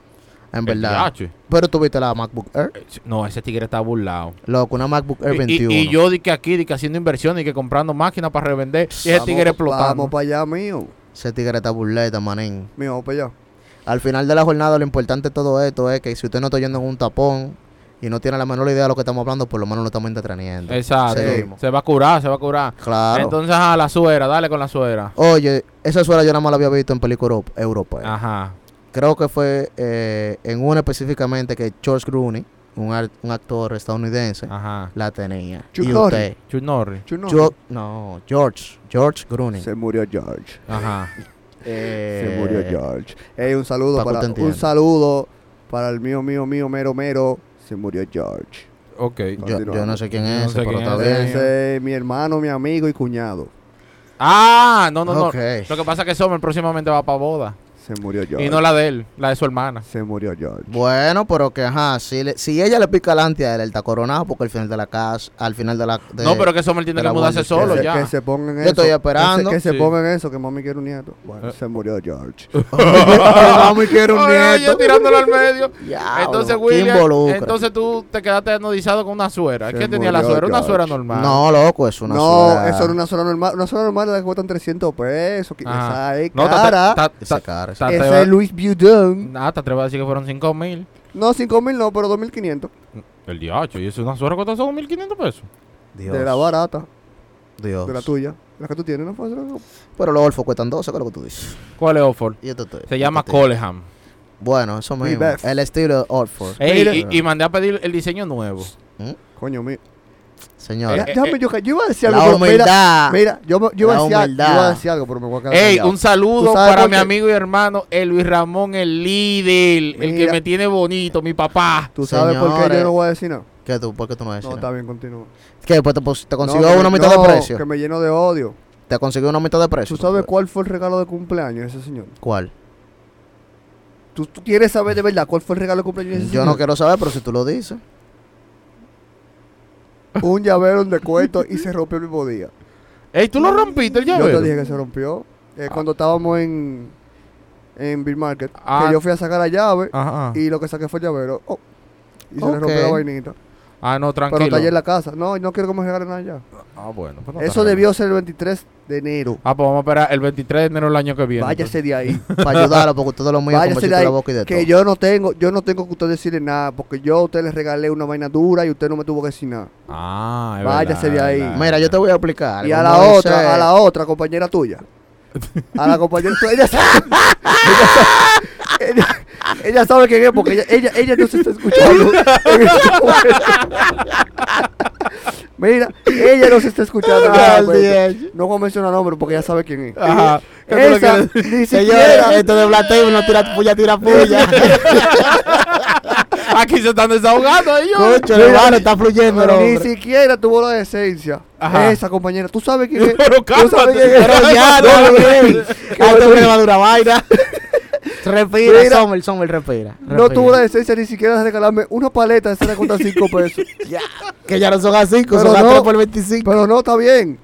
Speaker 2: En
Speaker 3: El
Speaker 2: verdad.
Speaker 3: diache.
Speaker 2: Pero tuviste la MacBook Air.
Speaker 3: Eh, No, ese tigre está burlado.
Speaker 2: Loco, una MacBook Air
Speaker 3: Y- y-
Speaker 2: 21.
Speaker 3: Y, yo di que aquí, di que haciendo inversiones y que comprando máquinas para revender. Y ese
Speaker 1: Vamos-
Speaker 3: tigre explotando.
Speaker 1: Vamos para allá, mío.
Speaker 2: Ese tigre está burleta, manín.
Speaker 1: Mío, vamos para allá.
Speaker 2: Al final de la jornada, lo importante de todo esto es que si usted no está yendo en un tapón y no tiene la menor idea de lo que estamos hablando, por lo menos lo estamos entreteniendo.
Speaker 3: Exacto.
Speaker 2: Seguimos.
Speaker 3: Se va a curar, se va a curar.
Speaker 2: Claro.
Speaker 3: Entonces, a la suera, dale con la suera.
Speaker 2: Oye, esa suela yo nada más la había visto en película euro- europea.
Speaker 3: Ajá.
Speaker 2: Creo que fue eh, en una específicamente que George Clooney, un, ar- un actor estadounidense,
Speaker 3: Ajá.
Speaker 2: la tenía.
Speaker 1: Chuck
Speaker 2: y
Speaker 1: Norris.
Speaker 2: usted.
Speaker 3: Chuck Norris.
Speaker 1: Chuno.
Speaker 2: Yo- no, George. George Clooney.
Speaker 1: Se murió George.
Speaker 3: Ajá.
Speaker 1: Se murió
Speaker 2: Eh,
Speaker 1: George. Ey, un saludo
Speaker 2: Paco
Speaker 1: para
Speaker 2: te
Speaker 1: un
Speaker 2: entiende.
Speaker 1: saludo para el mío mío mío mero mero. Se murió George.
Speaker 3: Ok.
Speaker 2: Yo,
Speaker 1: Continuamos.
Speaker 2: yo no sé quién
Speaker 3: Yo no
Speaker 2: es,
Speaker 3: sé
Speaker 2: ese, pero
Speaker 3: quién
Speaker 2: está
Speaker 3: es
Speaker 2: bien.
Speaker 3: ese.
Speaker 1: Ese es eh, mi hermano, mi amigo y cuñado.
Speaker 3: Ah, no, no, no.
Speaker 2: Ok.
Speaker 3: Lo que pasa es que Sommer próximamente va para boda.
Speaker 1: Se murió George.
Speaker 3: Y no la de él, la de su hermana.
Speaker 1: Se murió George.
Speaker 2: Bueno, pero que ajá, si, le- si ella le pica adelante a él, él está coronado porque al final de la casa, al final de la. de-
Speaker 3: no, pero que Sommer tiene
Speaker 2: de
Speaker 3: que
Speaker 2: la
Speaker 3: mudarse
Speaker 2: Wonder
Speaker 3: solo
Speaker 1: que, se-
Speaker 3: ya.
Speaker 1: que se pongan
Speaker 2: Yo
Speaker 1: eso.
Speaker 2: estoy
Speaker 1: que se-
Speaker 2: esperando.
Speaker 1: Que se,
Speaker 3: Sí.
Speaker 1: pongan eso, que mami quiere un nieto. Bueno,
Speaker 3: Eh.
Speaker 1: se murió George.
Speaker 2: mami quiere un
Speaker 3: Oye,
Speaker 2: nieto.
Speaker 3: yo tirándolo al medio.
Speaker 2: Diablo,
Speaker 3: entonces,
Speaker 2: ¿quién
Speaker 3: William,
Speaker 2: involucra?
Speaker 3: entonces tú te quedaste anodizado con una suera.
Speaker 1: Se
Speaker 3: ¿Qué tenía la
Speaker 1: murió
Speaker 3: suera? Una
Speaker 1: George.
Speaker 3: suera normal.
Speaker 2: No, loco, es una
Speaker 1: no,
Speaker 2: suera.
Speaker 1: eso era una sola normal. Una sola normal la que cuestan 300 pesos. que-
Speaker 3: Ajá.
Speaker 1: Esa es
Speaker 3: No, ta-
Speaker 1: cara.
Speaker 3: ta- ta-
Speaker 2: Esa cara, esa-
Speaker 3: ta- te
Speaker 1: Ese
Speaker 3: va-
Speaker 1: es Luis Budón.
Speaker 3: Ah, te atreves a decir que fueron 5 mil.
Speaker 1: No, 5000 no, pero 2500.
Speaker 3: El diacho, y eso es una suera que costó 2.500 pesos.
Speaker 2: Dios,
Speaker 1: De la barata,
Speaker 2: Dios.
Speaker 1: de la tuya. La que tú tienes, ¿no? Fue esa que-
Speaker 2: Pero los olfos cuestan 12, que es lo que tú dices.
Speaker 3: ¿Cuál es Oxford?
Speaker 2: Yo te estoy- yo
Speaker 3: Se
Speaker 2: te
Speaker 3: llama
Speaker 2: estoy-
Speaker 3: Coleham.
Speaker 2: Bueno, eso
Speaker 1: Mi
Speaker 2: mismo.
Speaker 1: best.
Speaker 2: El estilo de Oxford.
Speaker 3: Ey,
Speaker 1: Mira.
Speaker 3: y, y mandé a pedir el diseño nuevo.
Speaker 1: Coño mío.
Speaker 2: Señor,
Speaker 1: Ya-
Speaker 3: eh,
Speaker 1: Déjame, yo, yo iba a decir
Speaker 2: la
Speaker 1: algo. pero mira,
Speaker 2: humildad.
Speaker 1: mira, yo, me- yo iba a
Speaker 2: La
Speaker 1: decir algo, yo iba a
Speaker 2: humildad.
Speaker 1: decir algo, pero me voy a quedar.
Speaker 3: Ey,
Speaker 1: callado.
Speaker 3: un saludo
Speaker 1: ¿Tú sabes
Speaker 3: para
Speaker 1: por
Speaker 3: mi
Speaker 1: qué?
Speaker 3: amigo y hermano, el Luis Ramón, el líder, el que
Speaker 1: Mira.
Speaker 3: me tiene bonito, mi papá.
Speaker 1: ¿Tú sabes por qué yo
Speaker 2: Señores.
Speaker 1: no voy a decir nada?
Speaker 2: ¿Qué tú? ¿Por qué tú no decís?
Speaker 1: No, está bien, continúa.
Speaker 2: Que después te, pus- te consiguió
Speaker 1: No, que
Speaker 2: una
Speaker 1: me-
Speaker 2: mitad
Speaker 1: no,
Speaker 2: de precio.
Speaker 1: Que me lleno de odio.
Speaker 2: Te consiguió una mitad de precio.
Speaker 1: ¿Tú sabes cuál fue el regalo de cumpleaños de ese señor?
Speaker 2: cuál?
Speaker 1: ¿Tú, tú quieres saber de verdad cuál fue el regalo de cumpleaños de ese
Speaker 2: Yo no
Speaker 1: señor?
Speaker 2: quiero saber, pero si tú lo dices.
Speaker 1: Un llavero de cuento y se rompió el mismo día.
Speaker 3: Ey, tú lo rompiste el
Speaker 1: Yo
Speaker 3: llavero.
Speaker 1: te dije que se rompió. eh,
Speaker 3: Ah.
Speaker 1: Cuando estábamos en, en Bill Market,
Speaker 3: Ah.
Speaker 1: que yo fui a sacar la llave
Speaker 3: Ajá.
Speaker 1: y lo que saqué fue el llavero. Oh, y se le rompió
Speaker 2: Ah. Ok.
Speaker 1: la vainita.
Speaker 3: Ah, no,
Speaker 1: Pero está allá
Speaker 3: tranquilo.
Speaker 1: en la casa. No, no quiero que me regalen nada ya.
Speaker 3: Ah, bueno. pues no
Speaker 1: Eso
Speaker 3: está
Speaker 1: debió ser el 23 de enero.
Speaker 3: Ah, pues vamos a esperar el 23 de enero del año que viene.
Speaker 1: Váyase de ahí.
Speaker 2: Para ayudarlo, porque ustedes lo mío con
Speaker 1: Váyase de
Speaker 2: besito en
Speaker 1: ahí.
Speaker 2: la boca y de todo.
Speaker 1: Que yo no tengo, yo no tengo que usted decirle nada, porque yo a usted les regalé una vaina dura y usted no me tuvo que decir nada.
Speaker 3: entonces. Ah, es
Speaker 1: Váyase
Speaker 3: verdad,
Speaker 1: de ahí.
Speaker 3: es verdad.
Speaker 2: Mira, yo te voy a explicar.
Speaker 1: Y a
Speaker 2: algo,
Speaker 1: la
Speaker 2: Moisés.
Speaker 1: otra, a la otra compañera tuya. A la compañera tuya. Ella sabe, ella sabe- ella, ella sabe quién es porque ella, ella, ella no se está escuchando. en este momento. Mira, ella no se está escuchando. en este
Speaker 2: Al
Speaker 1: momento.
Speaker 2: diez.
Speaker 1: No voy a mencionar nombre porque ya sabe quién es.
Speaker 3: Ajá. ¿Qué tú lo
Speaker 1: Esa
Speaker 3: quieres?
Speaker 1: ni
Speaker 2: Señores,
Speaker 1: siquiera.
Speaker 2: esto de Black Table no tira puya, tira puya.
Speaker 3: Aquí se están desahogando ellos.
Speaker 2: Cocho, hermano, está fluyendo el
Speaker 1: ni
Speaker 2: hombre.
Speaker 1: siquiera tuvo la decencia.
Speaker 3: Ajá.
Speaker 1: Esa compañera. Tú sabes quién es.
Speaker 3: Pero
Speaker 1: Tú sabes
Speaker 3: cálmate.
Speaker 1: quién es.
Speaker 2: Pero ya,
Speaker 1: No,
Speaker 2: no,
Speaker 1: no,
Speaker 2: bien.
Speaker 1: no.
Speaker 2: Alto que va a durar vaina. Respira,
Speaker 1: Mira.
Speaker 2: Sommer, Sommer, respira.
Speaker 1: No
Speaker 2: respira.
Speaker 1: tuvo la decencia ni siquiera de regalarme una paleta de cera con 5 pesos.
Speaker 2: Ya, Que ya no son a 5,
Speaker 1: Pero
Speaker 2: son a
Speaker 1: no.
Speaker 2: 3 por 25.
Speaker 1: Pero no, está bien.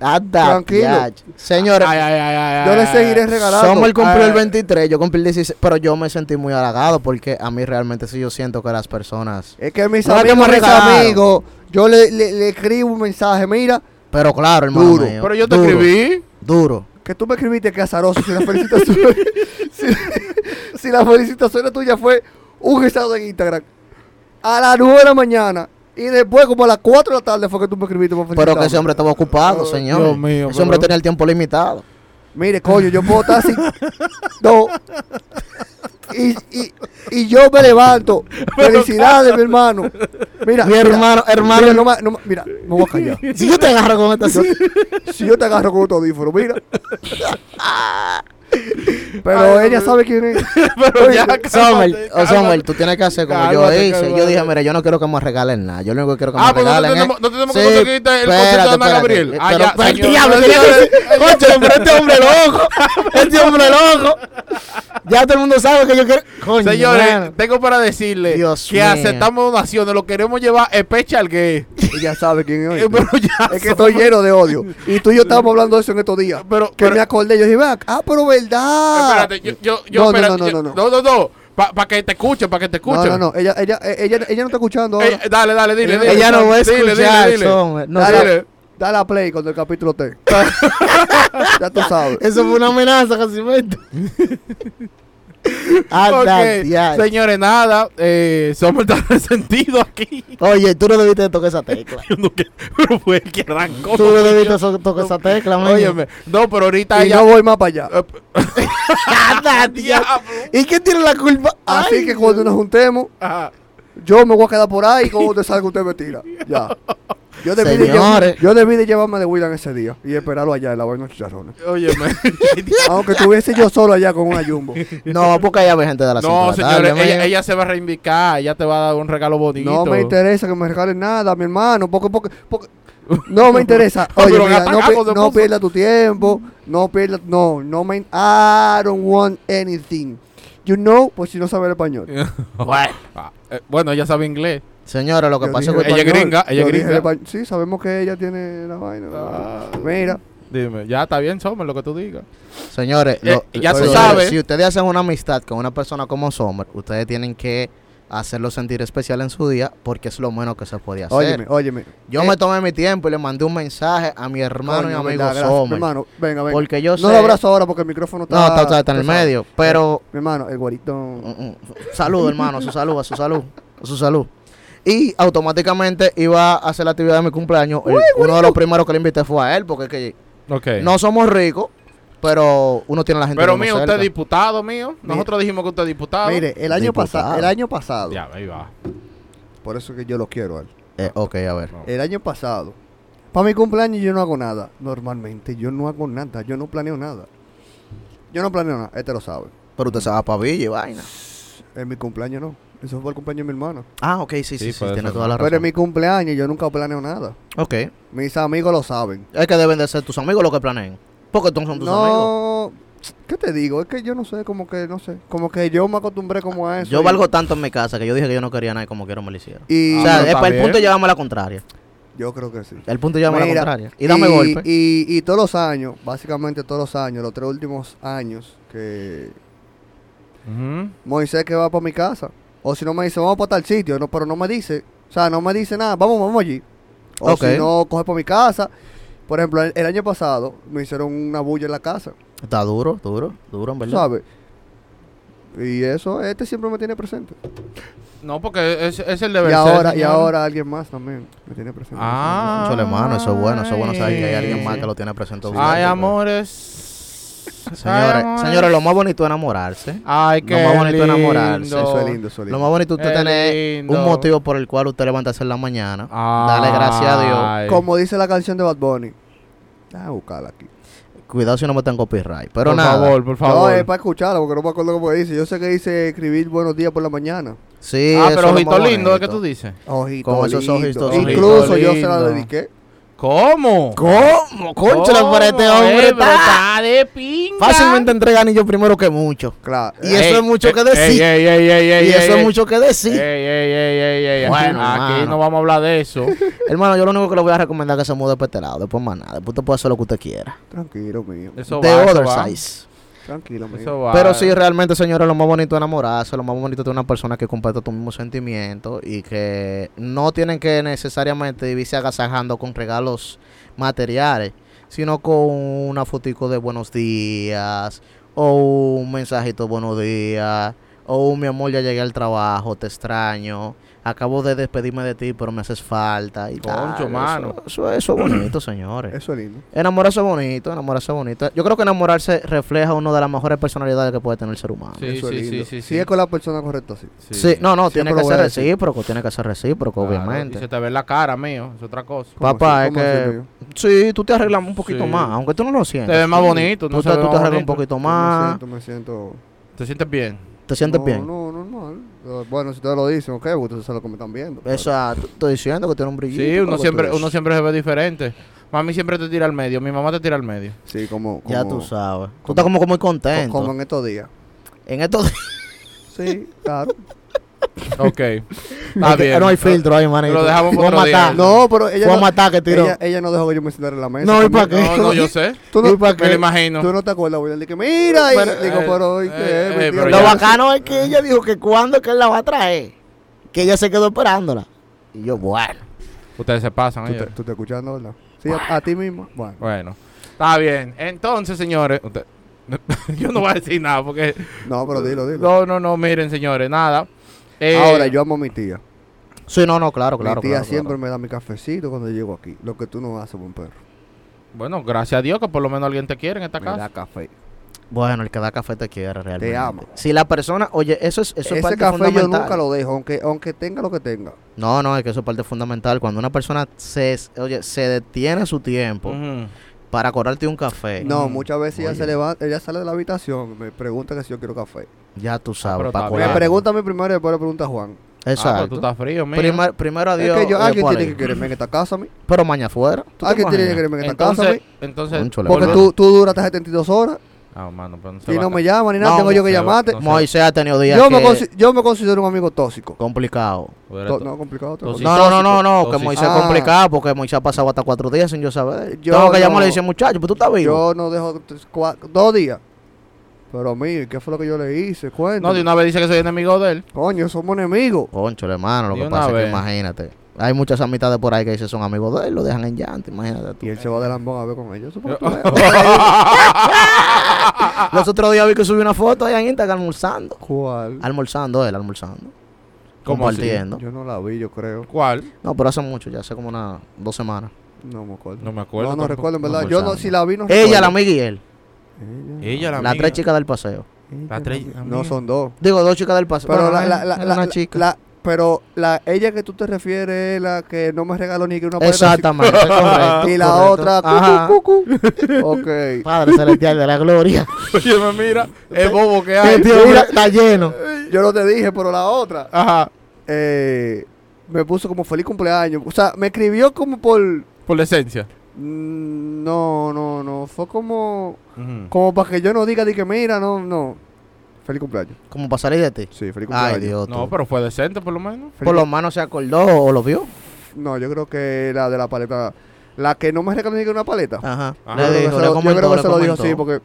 Speaker 2: Anda,
Speaker 1: Tranquilo.
Speaker 2: ya. Señores,
Speaker 3: Ay, ay, ay, ay,
Speaker 1: Yo le
Speaker 3: ay,
Speaker 1: seguiré
Speaker 3: ay.
Speaker 1: regalando.
Speaker 2: Sommer cumplió Ah, el
Speaker 1: Ah,
Speaker 2: 23, yo cumplí el 16. Pero yo me sentí muy halagado porque a mí realmente sí yo siento que las personas.
Speaker 1: Es que mis
Speaker 2: No es que
Speaker 1: amigos,
Speaker 2: me
Speaker 1: mis
Speaker 2: regalaron.
Speaker 1: amigos, yo le, le- le escribo un mensaje, mira,
Speaker 2: Pero claro, hermano.
Speaker 1: Duro.
Speaker 2: mío,
Speaker 3: Pero yo te
Speaker 2: duro,
Speaker 3: escribí.
Speaker 2: Duro.
Speaker 1: que tú me escribiste que azaroso, si la felicitación, si, si la felicitación tuya fue un estado en Instagram, a las 9 de la mañana, y después como a las 4 de la tarde fue que tú me escribiste para
Speaker 2: Pero que ese
Speaker 1: felicitarme.
Speaker 2: hombre estaba ocupado,
Speaker 1: Dios
Speaker 2: señor.
Speaker 3: mío,
Speaker 2: ese hombre
Speaker 3: pero-
Speaker 2: tenía el tiempo limitado.
Speaker 1: Mire, coño, yo puedo estar así. No. Y, y, y yo me levanto. Felicidades, mi hermano. Mira,
Speaker 2: Mi
Speaker 1: mira,
Speaker 2: hermano, hermano.
Speaker 1: Mira, no ma- no ma- mira, me voy a callar.
Speaker 2: Si yo te agarro con esta
Speaker 1: Yo- si yo te agarro con otro audífono, mira. Pero
Speaker 3: Ay,
Speaker 1: ella
Speaker 3: no.
Speaker 1: sabe quién es.
Speaker 3: Pero ya, cálmate,
Speaker 2: Sommer, oh,
Speaker 3: cálmate.
Speaker 2: Sommer, tú tienes que hacer como yo
Speaker 3: Cálmate,
Speaker 2: hice. Yo
Speaker 3: cálmate.
Speaker 2: dije, mira, yo no quiero que me regalen nada. Yo lo único que quiero que
Speaker 3: Ah,
Speaker 2: me
Speaker 3: pues no te
Speaker 2: regalen
Speaker 3: tenemos,
Speaker 2: es...
Speaker 3: no te tenemos
Speaker 2: Sí,
Speaker 3: que conseguir el concierto de Ana
Speaker 2: espérate.
Speaker 3: Gabriel. Ah,
Speaker 2: Pero-
Speaker 3: ya,
Speaker 2: pero el
Speaker 3: señor.
Speaker 2: diablo, tenía que decir, "Concho, pero este hombre loco. Este hombre loco. Ya todo el mundo sabe que yo quiero... Coño,
Speaker 3: Señores,
Speaker 2: mano.
Speaker 3: tengo para decirle
Speaker 2: Dios
Speaker 3: que
Speaker 2: mío.
Speaker 3: aceptamos donaciones, lo queremos llevar especial gay.
Speaker 1: Ella sabe quién es.
Speaker 3: Eh, Pero ya.
Speaker 1: Es que estoy lleno de odio. Y tú y yo estábamos hablando de eso en estos días.
Speaker 3: Pero-
Speaker 1: que
Speaker 3: pero-
Speaker 1: me acordé. Yo dije, "Ve acá, ah, pero verdad.
Speaker 3: Espérate, yo, yo, yo,
Speaker 1: No, no,
Speaker 3: espérate,
Speaker 1: no, no,
Speaker 3: yo-
Speaker 1: no,
Speaker 3: no, no, no, para que te escuchen, para que te
Speaker 1: no, no,
Speaker 3: escuchen.
Speaker 1: no. Ella, ella, ella, ella no está escuchando ahora.
Speaker 3: Eh, dale, dale, dile, dile.
Speaker 2: Ella no va a
Speaker 3: Dile, dile,
Speaker 2: escuchar,
Speaker 3: dile.
Speaker 2: Sommer. No
Speaker 1: dale,
Speaker 2: sé.
Speaker 3: dale.
Speaker 1: dale a play cuando el capítulo esté. ya tú sabes.
Speaker 2: Eso fue una amenaza casi mente.
Speaker 3: Ok,
Speaker 2: Anda, ya.
Speaker 3: Señores, nada, eh, somos tan resentidos aquí.
Speaker 2: Oye, tú no debiste tocar esa tecla.
Speaker 3: Yo no que- pero fue el que arrancó.
Speaker 2: Tú no debiste so- tocar esa tecla, man.
Speaker 3: Óyeme, no, pero ahorita eh,
Speaker 1: y
Speaker 3: ya.
Speaker 1: no voy más para allá.
Speaker 2: Anda, ya.
Speaker 3: Diablo.
Speaker 2: ¿Y quién tiene la culpa?
Speaker 1: Así
Speaker 2: Ay,
Speaker 1: que cuando nos juntemos,
Speaker 3: Ajá.
Speaker 1: yo me voy a quedar por ahí. Como usted salga, usted me tira. Ya. Yo debí, de, llevar-
Speaker 2: Señores.
Speaker 1: yo debí de llevarme de William ese día y esperarlo allá en la vaina de chicharrones.
Speaker 3: Óyeme.
Speaker 1: Aunque estuviese yo solo allá con una jumbo.
Speaker 2: No, porque allá ve gente de la cinco de
Speaker 3: no,
Speaker 2: la tarde,
Speaker 3: señores, ella,
Speaker 2: man.
Speaker 3: ella se va a reivindicar. Ella te va a dar un regalo bonito.
Speaker 1: No me interesa que me regalen nada, mi hermano. Porque, porque, porque No me interesa. Oye,
Speaker 3: Pero
Speaker 1: mira, no,
Speaker 3: atacado
Speaker 1: pi-
Speaker 3: se
Speaker 1: no
Speaker 3: puso.
Speaker 1: pierda tu tiempo. No pierda. No, no me. I don't want anything. You know, pues si no sabe el español.
Speaker 3: bueno. Ah, eh, bueno, ella sabe inglés.
Speaker 2: Señora, lo que
Speaker 1: Yo
Speaker 2: pasa es
Speaker 1: dije
Speaker 2: que
Speaker 3: Ella es
Speaker 1: español,
Speaker 3: gringa, ella
Speaker 1: yo
Speaker 3: es
Speaker 1: dije
Speaker 3: gringa.
Speaker 1: el espa- Sí, sabemos que ella tiene la vaina.
Speaker 3: Ah.
Speaker 1: Mira,
Speaker 3: Dime, ya está bien, Sommer, lo que tú digas.
Speaker 2: Señores,
Speaker 3: Eh,
Speaker 2: lo-
Speaker 3: ya
Speaker 1: se
Speaker 2: lo-
Speaker 3: sabe.
Speaker 2: si ustedes hacen una amistad con una persona como Sommer, ustedes tienen que hacerlo sentir especial en su día porque es lo menos que se podía hacer.
Speaker 1: óyeme, óyeme.
Speaker 2: Yo
Speaker 1: Eh,
Speaker 2: me tomé mi tiempo y le mandé un mensaje a mi hermano y
Speaker 1: coño,
Speaker 2: amigo
Speaker 1: verdad, gracias. Mi
Speaker 2: Sommer.
Speaker 1: hermano, venga, venga.
Speaker 2: Porque yo sé.
Speaker 1: no lo abrazo ahora porque el micrófono está.
Speaker 2: No, está, está- está en el
Speaker 1: pesado. Eh,
Speaker 2: medio. Pero.
Speaker 1: Mi hermano, el guarito.
Speaker 2: mm, mm, Salud, hermano. A su salud, a su salud. A su salud. Y automáticamente iba a hacer la actividad de mi cumpleaños. y uno de los primeros que le invité fue a él, porque es que
Speaker 3: Ok.
Speaker 2: no somos ricos, pero uno tiene a la gente
Speaker 3: Pero
Speaker 2: que uno
Speaker 3: mío, usted
Speaker 2: cerca.
Speaker 3: es diputado mío. Nosotros dijimos que usted es diputado.
Speaker 1: Mire, el año,
Speaker 2: Diputado.
Speaker 1: pasado el año pasado.
Speaker 3: Ah. Ya, ahí va.
Speaker 1: Por eso que yo lo quiero a él.
Speaker 2: Eh, ok, a ver.
Speaker 1: El año pasado. Para mi cumpleaños yo no hago nada. Normalmente yo no hago nada. Yo no planeo nada. Yo no planeo nada. Este lo sabe.
Speaker 2: Pero usted se va para Villa y vaina.
Speaker 1: En mi cumpleaños no. Eso fue el cumpleaños de mi hermano.
Speaker 2: Ah, ok, sí, sí,
Speaker 3: Sí,
Speaker 2: sí,
Speaker 3: puede
Speaker 2: tiene
Speaker 3: ser.
Speaker 2: toda la
Speaker 1: Pero
Speaker 2: razón.
Speaker 1: en mi cumpleaños yo nunca planeo nada.
Speaker 2: Ok.
Speaker 1: Mis amigos lo saben.
Speaker 2: Es que deben de ser tus amigos los que planeen. Porque tú son tus amigos.
Speaker 1: no. ¿Qué te digo? Es que yo no sé, como que no sé. Como que yo me acostumbré como a eso.
Speaker 2: Yo
Speaker 1: y-
Speaker 2: valgo tanto en mi casa que yo dije que yo no quería nada y como quiero me lo hicieron.
Speaker 1: Y
Speaker 2: o
Speaker 3: Ah,
Speaker 2: sea,
Speaker 3: pero
Speaker 2: es
Speaker 3: está
Speaker 2: para el punto
Speaker 3: bien.
Speaker 2: llévame a la contraria.
Speaker 1: yo creo que sí.
Speaker 2: El punto llévame a la
Speaker 1: Mira,
Speaker 2: contraria. Y dame golpe.
Speaker 1: Y, y todos los años, básicamente todos los años, los tres últimos años, que
Speaker 3: Ujú.
Speaker 1: Moisés que va para mi casa. O si no me dice, vamos para tal sitio, no, pero no me dice. O sea, no me dice nada, vamos, vamos allí. O
Speaker 2: Ok.
Speaker 1: si no, coge para mi casa. Por ejemplo, el, el año pasado me hicieron una bulla en la casa,
Speaker 2: Está duro, duro, duro, en verdad.
Speaker 1: ¿sabes? Y eso, este siempre me tiene presente.
Speaker 3: No, porque es, es el
Speaker 1: Y
Speaker 3: deber ser,
Speaker 1: ahora, y
Speaker 3: señor.
Speaker 1: ahúra alguien más también me tiene presente.
Speaker 3: Ah.
Speaker 2: Chole, hermano, eso es bueno, eso es bueno saber que hay alguien más
Speaker 3: Ay.
Speaker 2: que lo tiene presente. a usted.
Speaker 3: Ay, amores. Ay,
Speaker 2: Señores,
Speaker 3: amores.
Speaker 2: señores, lo más bonito es enamorarse.
Speaker 3: Ay, qué
Speaker 2: lo más bonito es
Speaker 3: lindo.
Speaker 2: enamorarse.
Speaker 1: Eso es lindo, eso es
Speaker 2: Lo
Speaker 1: lindo.
Speaker 2: más bonito es usted
Speaker 3: Qué
Speaker 2: tener
Speaker 3: lindo. Ah.
Speaker 2: un motivo por el cual usted levantarse en la mañana.
Speaker 3: Ay.
Speaker 2: Dale gracias a
Speaker 1: Como dice la canción de Bad Bunny. Déjame buscarla aquí.
Speaker 2: Dios. Cuidado si no me tengo copyright. Pero
Speaker 3: por
Speaker 2: nada. eh,
Speaker 3: favor, por
Speaker 1: No,
Speaker 3: favor.
Speaker 1: es para escucharla, porque no me acuerdo cómo dice. Yo sé que dice escribir buenos días por la mañana.
Speaker 2: Sí,
Speaker 3: ah,
Speaker 2: eso
Speaker 3: pero
Speaker 2: es lo
Speaker 3: ojito
Speaker 2: más
Speaker 3: lindo, ¿qué
Speaker 2: bonito.
Speaker 3: tú dices?
Speaker 1: Ojito
Speaker 2: Con esos
Speaker 1: lindo.
Speaker 2: ojitos
Speaker 1: Incluso
Speaker 3: ojitos
Speaker 1: yo se la
Speaker 3: lindo.
Speaker 1: dediqué.
Speaker 3: ¿Cómo?
Speaker 2: ¿Cómo? Conchale, para este hombre
Speaker 3: eh, pero
Speaker 2: está-
Speaker 3: está de pinga.
Speaker 2: Fácilmente entrega anillo primero que mucho.
Speaker 1: Claro.
Speaker 2: Y eso
Speaker 3: Ey,
Speaker 2: es mucho
Speaker 3: ey,
Speaker 2: que decir.
Speaker 3: ey, ey, ey, ey, ey,
Speaker 2: y eso
Speaker 3: ey,
Speaker 2: es mucho que
Speaker 3: ey,
Speaker 2: decir.
Speaker 3: ey, ey, ey, ey, ey.
Speaker 2: Bueno,
Speaker 3: aquí
Speaker 2: mano.
Speaker 3: no vamos a hablar de eso.
Speaker 2: Hermano, yo lo único que le voy a recomendar es que se mude para este lado. Después más nada. Después usted puede hacer lo que usted quiera.
Speaker 1: Tranquilo, mío.
Speaker 3: Eso
Speaker 2: The
Speaker 3: va, eso
Speaker 2: other
Speaker 3: va.
Speaker 2: size.
Speaker 1: Tranquilo, mío.
Speaker 3: Eso va.
Speaker 2: Pero sí, realmente, señores, lo más bonito es enamorarse. Lo más bonito es tener una persona que comparte tus mismos sentimientos y que no tienen que necesariamente vivirse agasajando con regalos materiales, sino con una fotico de buenos días o un mensajito buenos días o un mi amor, ya llegué al trabajo, te extraño. Acabo de despedirme de ti, pero me haces falta. Y tal.
Speaker 3: Concho, mano.
Speaker 2: Eso, eso, eso es bonito, señores.
Speaker 1: Eso es lindo.
Speaker 2: Enamorarse es bonito, enamorarse es bonito. Yo creo que enamorarse refleja una de las mejores personalidades que puede tener el ser humano.
Speaker 3: Sí,
Speaker 1: eso
Speaker 3: sí,
Speaker 1: es
Speaker 3: sí,
Speaker 1: lindo.
Speaker 3: sí,
Speaker 1: si
Speaker 3: sí.
Speaker 1: es con la persona correcta, sí.
Speaker 2: Sí, no, no, tiene
Speaker 1: Siempre
Speaker 2: que
Speaker 1: lo voy
Speaker 2: ser
Speaker 1: a decir.
Speaker 2: recíproco, tiene que ser recíproco,
Speaker 3: Claro, Y se
Speaker 2: obviamente.
Speaker 3: te ve la cara, mío. Es otra cosa.
Speaker 1: ¿Cómo
Speaker 2: Papá,
Speaker 1: así?
Speaker 2: es
Speaker 1: ¿Cómo así,
Speaker 2: que
Speaker 1: mío?
Speaker 2: sí, tú te arreglas un poquito
Speaker 3: Sí.
Speaker 2: más, aunque tú no lo
Speaker 3: Te
Speaker 2: sientes.
Speaker 3: ves más bonito. No
Speaker 2: tú,
Speaker 3: se
Speaker 2: te,
Speaker 3: ve
Speaker 2: tú te
Speaker 3: más
Speaker 2: arreglas un
Speaker 3: bonito.
Speaker 2: poquito
Speaker 1: Yo Me
Speaker 2: más,
Speaker 1: siento, me siento.
Speaker 3: ¿Te sientes bien?
Speaker 2: te sientes
Speaker 1: no,
Speaker 2: bien.
Speaker 1: No, normal. Eh, Bueno, si ustedes lo dicen, ok, ustedes saben lo que me están viendo. pero-
Speaker 2: Exacto, estoy diciendo que tiene un brillito.
Speaker 3: Sí, uno
Speaker 2: porque tú
Speaker 3: siempre,
Speaker 2: eres-
Speaker 3: uno siempre se ve diferente. Mami siempre te tira al medio. Mi mamá te tira al medio.
Speaker 1: Sí, como. como
Speaker 2: Ya tú sabes. Tú
Speaker 1: como-
Speaker 2: estás como, como muy
Speaker 1: co-
Speaker 2: contento.
Speaker 1: Como en estos días.
Speaker 2: En estos
Speaker 1: Sí, claro.
Speaker 3: Ok. Está
Speaker 2: Es que
Speaker 3: bien.
Speaker 2: No hay filtro ahí, manito.
Speaker 3: Lo dejamos
Speaker 2: Fue
Speaker 3: para
Speaker 2: a
Speaker 3: otro día.
Speaker 2: matar.
Speaker 1: No, pero ella.
Speaker 2: Fue a
Speaker 1: no-
Speaker 2: matar que tiró.
Speaker 1: Ella, ella no dejó que yo me sentara en la mesa.
Speaker 2: No, ¿y
Speaker 1: también.
Speaker 2: pa' qué?
Speaker 3: No, no, yo sé.
Speaker 1: Tú
Speaker 2: ¿Y
Speaker 1: no,
Speaker 2: pa'
Speaker 3: Me lo
Speaker 2: qué?
Speaker 3: imagino.
Speaker 1: tú no te acuerdas, William. Dije, mira. Y
Speaker 3: Pero,
Speaker 1: digo,
Speaker 3: eh,
Speaker 1: pero hoy
Speaker 3: eh, eh,
Speaker 1: qué.
Speaker 3: pero
Speaker 2: Lo
Speaker 3: ya-
Speaker 2: bacano es que ella dijo que cuando que él la va a traer, que ella se quedó esperándola. Y yo, bueno.
Speaker 3: Ustedes se pasan.
Speaker 1: Tú
Speaker 3: ellos.
Speaker 1: te, tú te escuchando, ¿verdad? Sí, a, a ti mismo. Bueno.
Speaker 3: Bueno. Está bien. Entonces, señores. usted- yo no voy a decir nada porque.
Speaker 1: No, pero dilo, dilo.
Speaker 3: No, no, no. Miren, señores. Nada. Eh,
Speaker 1: Ahora, yo amo a mi tía.
Speaker 2: Sí, no, no, claro, claro.
Speaker 1: mi tía
Speaker 2: claro,
Speaker 1: siempre
Speaker 2: claro.
Speaker 1: me da mi cafecito cuando llego aquí. Lo que tú no haces, buen perro.
Speaker 3: Bueno, gracias a Dios que por lo menos alguien te quiere en esta
Speaker 1: Me da
Speaker 3: casa.
Speaker 1: café.
Speaker 2: Bueno, el que da café te quiere realmente.
Speaker 1: amo.
Speaker 2: Si la persona, oye, eso es, eso es
Speaker 1: Ese
Speaker 2: parte
Speaker 1: café yo
Speaker 2: fundamental.
Speaker 1: nunca lo dejo, aunque, aunque tenga lo que tenga.
Speaker 2: No, no, es que eso es parte fundamental. Cuando una persona se, oye, se detiene su tiempo
Speaker 3: Ujú.
Speaker 2: para acordarte de un café,
Speaker 1: No,
Speaker 3: Mm,
Speaker 1: muchas veces ella
Speaker 2: oye.
Speaker 1: se levanta, ella sale de la habitación, me pregunta que si yo quiero café.
Speaker 2: ya tú
Speaker 3: Ah, pero
Speaker 2: sabes.
Speaker 3: está bien.
Speaker 2: para
Speaker 1: Me
Speaker 2: acordarte.
Speaker 1: pregunta a mí primero y después le pregunta a Juan.
Speaker 3: Ah, pues
Speaker 2: Exacto.
Speaker 3: tú estás frío, mira.
Speaker 2: Prima- primero a
Speaker 1: Es
Speaker 2: Dios.
Speaker 1: que yo,
Speaker 2: y
Speaker 1: alguien
Speaker 2: después a
Speaker 1: tiene que
Speaker 2: Dios.
Speaker 1: quererme en esta casa a mí.
Speaker 2: Pero mañana fuera. ¿Tú te
Speaker 1: Alguien tiene Ah, que
Speaker 2: imaginas?
Speaker 1: quererme en esta casa a
Speaker 3: Entonces,
Speaker 1: mí.
Speaker 3: entonces.
Speaker 2: Cónchale,
Speaker 1: Porque
Speaker 2: vuelve.
Speaker 1: tú, tú duraste 72 horas
Speaker 3: Ah, mano, pero no se
Speaker 1: y
Speaker 3: va
Speaker 1: no
Speaker 3: a
Speaker 1: me
Speaker 3: ca-
Speaker 1: llaman ni nada.
Speaker 2: No,
Speaker 1: Tengo yo
Speaker 3: no
Speaker 1: que
Speaker 3: se va-
Speaker 1: llamarte.
Speaker 3: no se
Speaker 2: Moisés ha tenido días
Speaker 1: Yo
Speaker 2: que-
Speaker 1: me, consi- yo me considero un amigo tóxico.
Speaker 2: complicado.
Speaker 3: Hubiera
Speaker 1: To-
Speaker 3: to-
Speaker 1: no, complicado. otra
Speaker 3: to-
Speaker 1: cosa.
Speaker 3: pues, Sí,
Speaker 2: No, no, no,
Speaker 3: tóxico,
Speaker 2: no, no, que
Speaker 3: tóxico.
Speaker 2: Moisés es
Speaker 1: Ah.
Speaker 2: complicado porque Moisés ha pasado hasta cuatro días sin yo saber.
Speaker 1: Yo
Speaker 2: Tengo que
Speaker 1: no.
Speaker 2: llamarle y decir, muchacho, pues tú estás vivo.
Speaker 1: Yo no dejo tres- cua- dos días. Pero mí, ¿qué fue lo que yo le hice? Cuéntame.
Speaker 3: No, de una vez dice que soy enemigo de él.
Speaker 1: Coño, somos enemigos.
Speaker 2: Conchole, hermano, lo
Speaker 3: De
Speaker 2: que
Speaker 3: una
Speaker 2: pasa es
Speaker 3: vez.
Speaker 2: que imagínate. Hay muchas amistades por ahí que dicen son amigos de él, lo dejan en llanto, imagínate tú.
Speaker 1: Y él se va de lambón a ver con ellos. supongo que tú veas.
Speaker 2: Ah,
Speaker 3: Ah,
Speaker 2: Los otros días vi que subí una foto allá en Instagram almorzando.
Speaker 1: ¿Cuál?
Speaker 2: Ah, Almorzando él, almorzando.
Speaker 3: ¿Cómo así?
Speaker 2: compartiendo.
Speaker 1: Yo no la vi, yo creo.
Speaker 3: ¿Cuál?
Speaker 2: No, pero hace mucho, ya hace como unas dos semanas.
Speaker 1: No me acuerdo.
Speaker 3: No me acuerdo
Speaker 1: No, no
Speaker 3: tampoco.
Speaker 1: recuerdo, en verdad.
Speaker 2: No
Speaker 1: yo no,
Speaker 2: recuerdo.
Speaker 1: si la vi, no
Speaker 2: Ella,
Speaker 1: recuerdo.
Speaker 2: la amiga y él.
Speaker 3: Ella, la
Speaker 2: Las
Speaker 3: amiga.
Speaker 2: tres chicas del paseo.
Speaker 1: ella,
Speaker 3: Eh, la tres-
Speaker 1: amiga.
Speaker 3: amiga.
Speaker 1: No, son dos.
Speaker 2: Digo, dos chicas del paseo.
Speaker 1: Pero
Speaker 2: Bueno,
Speaker 1: la, la,
Speaker 2: era-
Speaker 1: la,
Speaker 2: era
Speaker 1: la-
Speaker 2: una chica.
Speaker 1: la- pero la ella que tú te refieres es la que no me regaló ni que una paleta.
Speaker 2: Exactamente, correcto.
Speaker 1: Y la
Speaker 2: correcto.
Speaker 1: otra, cu,
Speaker 2: Ajá.
Speaker 1: cu, cu, cu. Ok.
Speaker 2: Padre celestial de la gloria.
Speaker 3: Oye, me mira. Es bobo que
Speaker 2: Este
Speaker 3: hay.
Speaker 2: tío, mira, está lleno.
Speaker 1: Yo no te dije, pero la otra.
Speaker 3: Ajá.
Speaker 1: eh, me puso como feliz cumpleaños. O sea, me escribió como por. mm,
Speaker 3: Por la esencia.
Speaker 1: No, no, no. Fue como. Como para que yo no diga de que mira, no, no. Feliz cumpleaños.
Speaker 2: Como para salir de ti.
Speaker 1: Sí, feliz cumpleaños.
Speaker 2: Ay, Dios.
Speaker 3: No,
Speaker 2: tú.
Speaker 3: pero fue decente por lo menos.
Speaker 1: Feliz
Speaker 2: Por lo menos se acordó o lo vio.
Speaker 1: No, yo creo que la de la paleta. La que no me regaló ni que una paleta.
Speaker 2: Ajá.
Speaker 1: yo
Speaker 3: Ajá.
Speaker 2: Le
Speaker 1: creo que
Speaker 2: dijo,
Speaker 1: se lo,
Speaker 2: le
Speaker 1: yo
Speaker 2: comentó,
Speaker 1: creo que
Speaker 2: le
Speaker 1: se lo dijo
Speaker 2: comentó.
Speaker 1: sí, porque.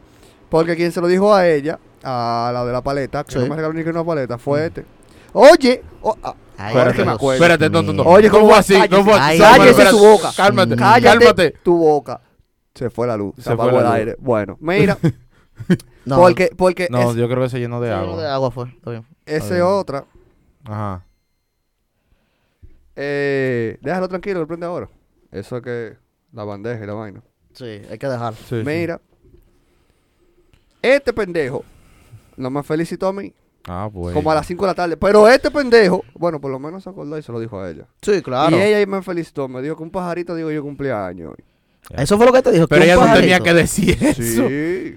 Speaker 1: Porque quien se lo dijo a ella, a la de la paleta, que
Speaker 2: Sí.
Speaker 1: no me regaló ni que una paleta,
Speaker 3: Mm.
Speaker 1: fue este. Oye, o- ah,
Speaker 2: Ay,
Speaker 1: Ahora que
Speaker 3: Espérate,
Speaker 1: me
Speaker 2: Dios
Speaker 1: acuerdo.
Speaker 3: espérate, no, no, no.
Speaker 2: mío.
Speaker 1: Oye,
Speaker 3: ¿cómo
Speaker 1: ¿cómo
Speaker 3: así? No fue así. No,
Speaker 2: Cállese.
Speaker 3: pero
Speaker 2: Cállese
Speaker 3: espérate.
Speaker 1: su boca.
Speaker 3: Cálmate,
Speaker 1: cállate
Speaker 3: cálmate.
Speaker 1: tu boca. Se fue la luz, se,
Speaker 3: Se fue
Speaker 1: apagó
Speaker 3: la
Speaker 1: el
Speaker 3: luz.
Speaker 1: aire. Bueno, mira,
Speaker 2: No,
Speaker 1: porque, porque
Speaker 3: No,
Speaker 1: es-
Speaker 3: yo creo que se llenó
Speaker 2: sí,
Speaker 3: de
Speaker 2: lo de
Speaker 3: agua.
Speaker 2: agua fue. está bien.
Speaker 1: ese
Speaker 2: bien.
Speaker 1: otra,
Speaker 3: Ajá.
Speaker 1: eh, déjalo tranquilo, lo prende ahora. Eso es que la bandeja y la vaina.
Speaker 2: Sí, hay que dejarlo.
Speaker 3: Sí, sí.
Speaker 1: Mira, este pendejo no me felicitó a mí,
Speaker 3: Ah, pues.
Speaker 1: como a las 5 de la tarde. Pero este pendejo, bueno, por lo menos se acordó y se lo dijo a ella.
Speaker 2: Sí, claro.
Speaker 1: Y ella me felicitó, me dijo que un pajarito, digo yo, cumpleaños. hoy.
Speaker 2: Eso fue lo que te dijo.
Speaker 3: Pero
Speaker 2: que un
Speaker 3: ella no tenía
Speaker 2: pajarito.
Speaker 3: que decir eso.
Speaker 1: Sí,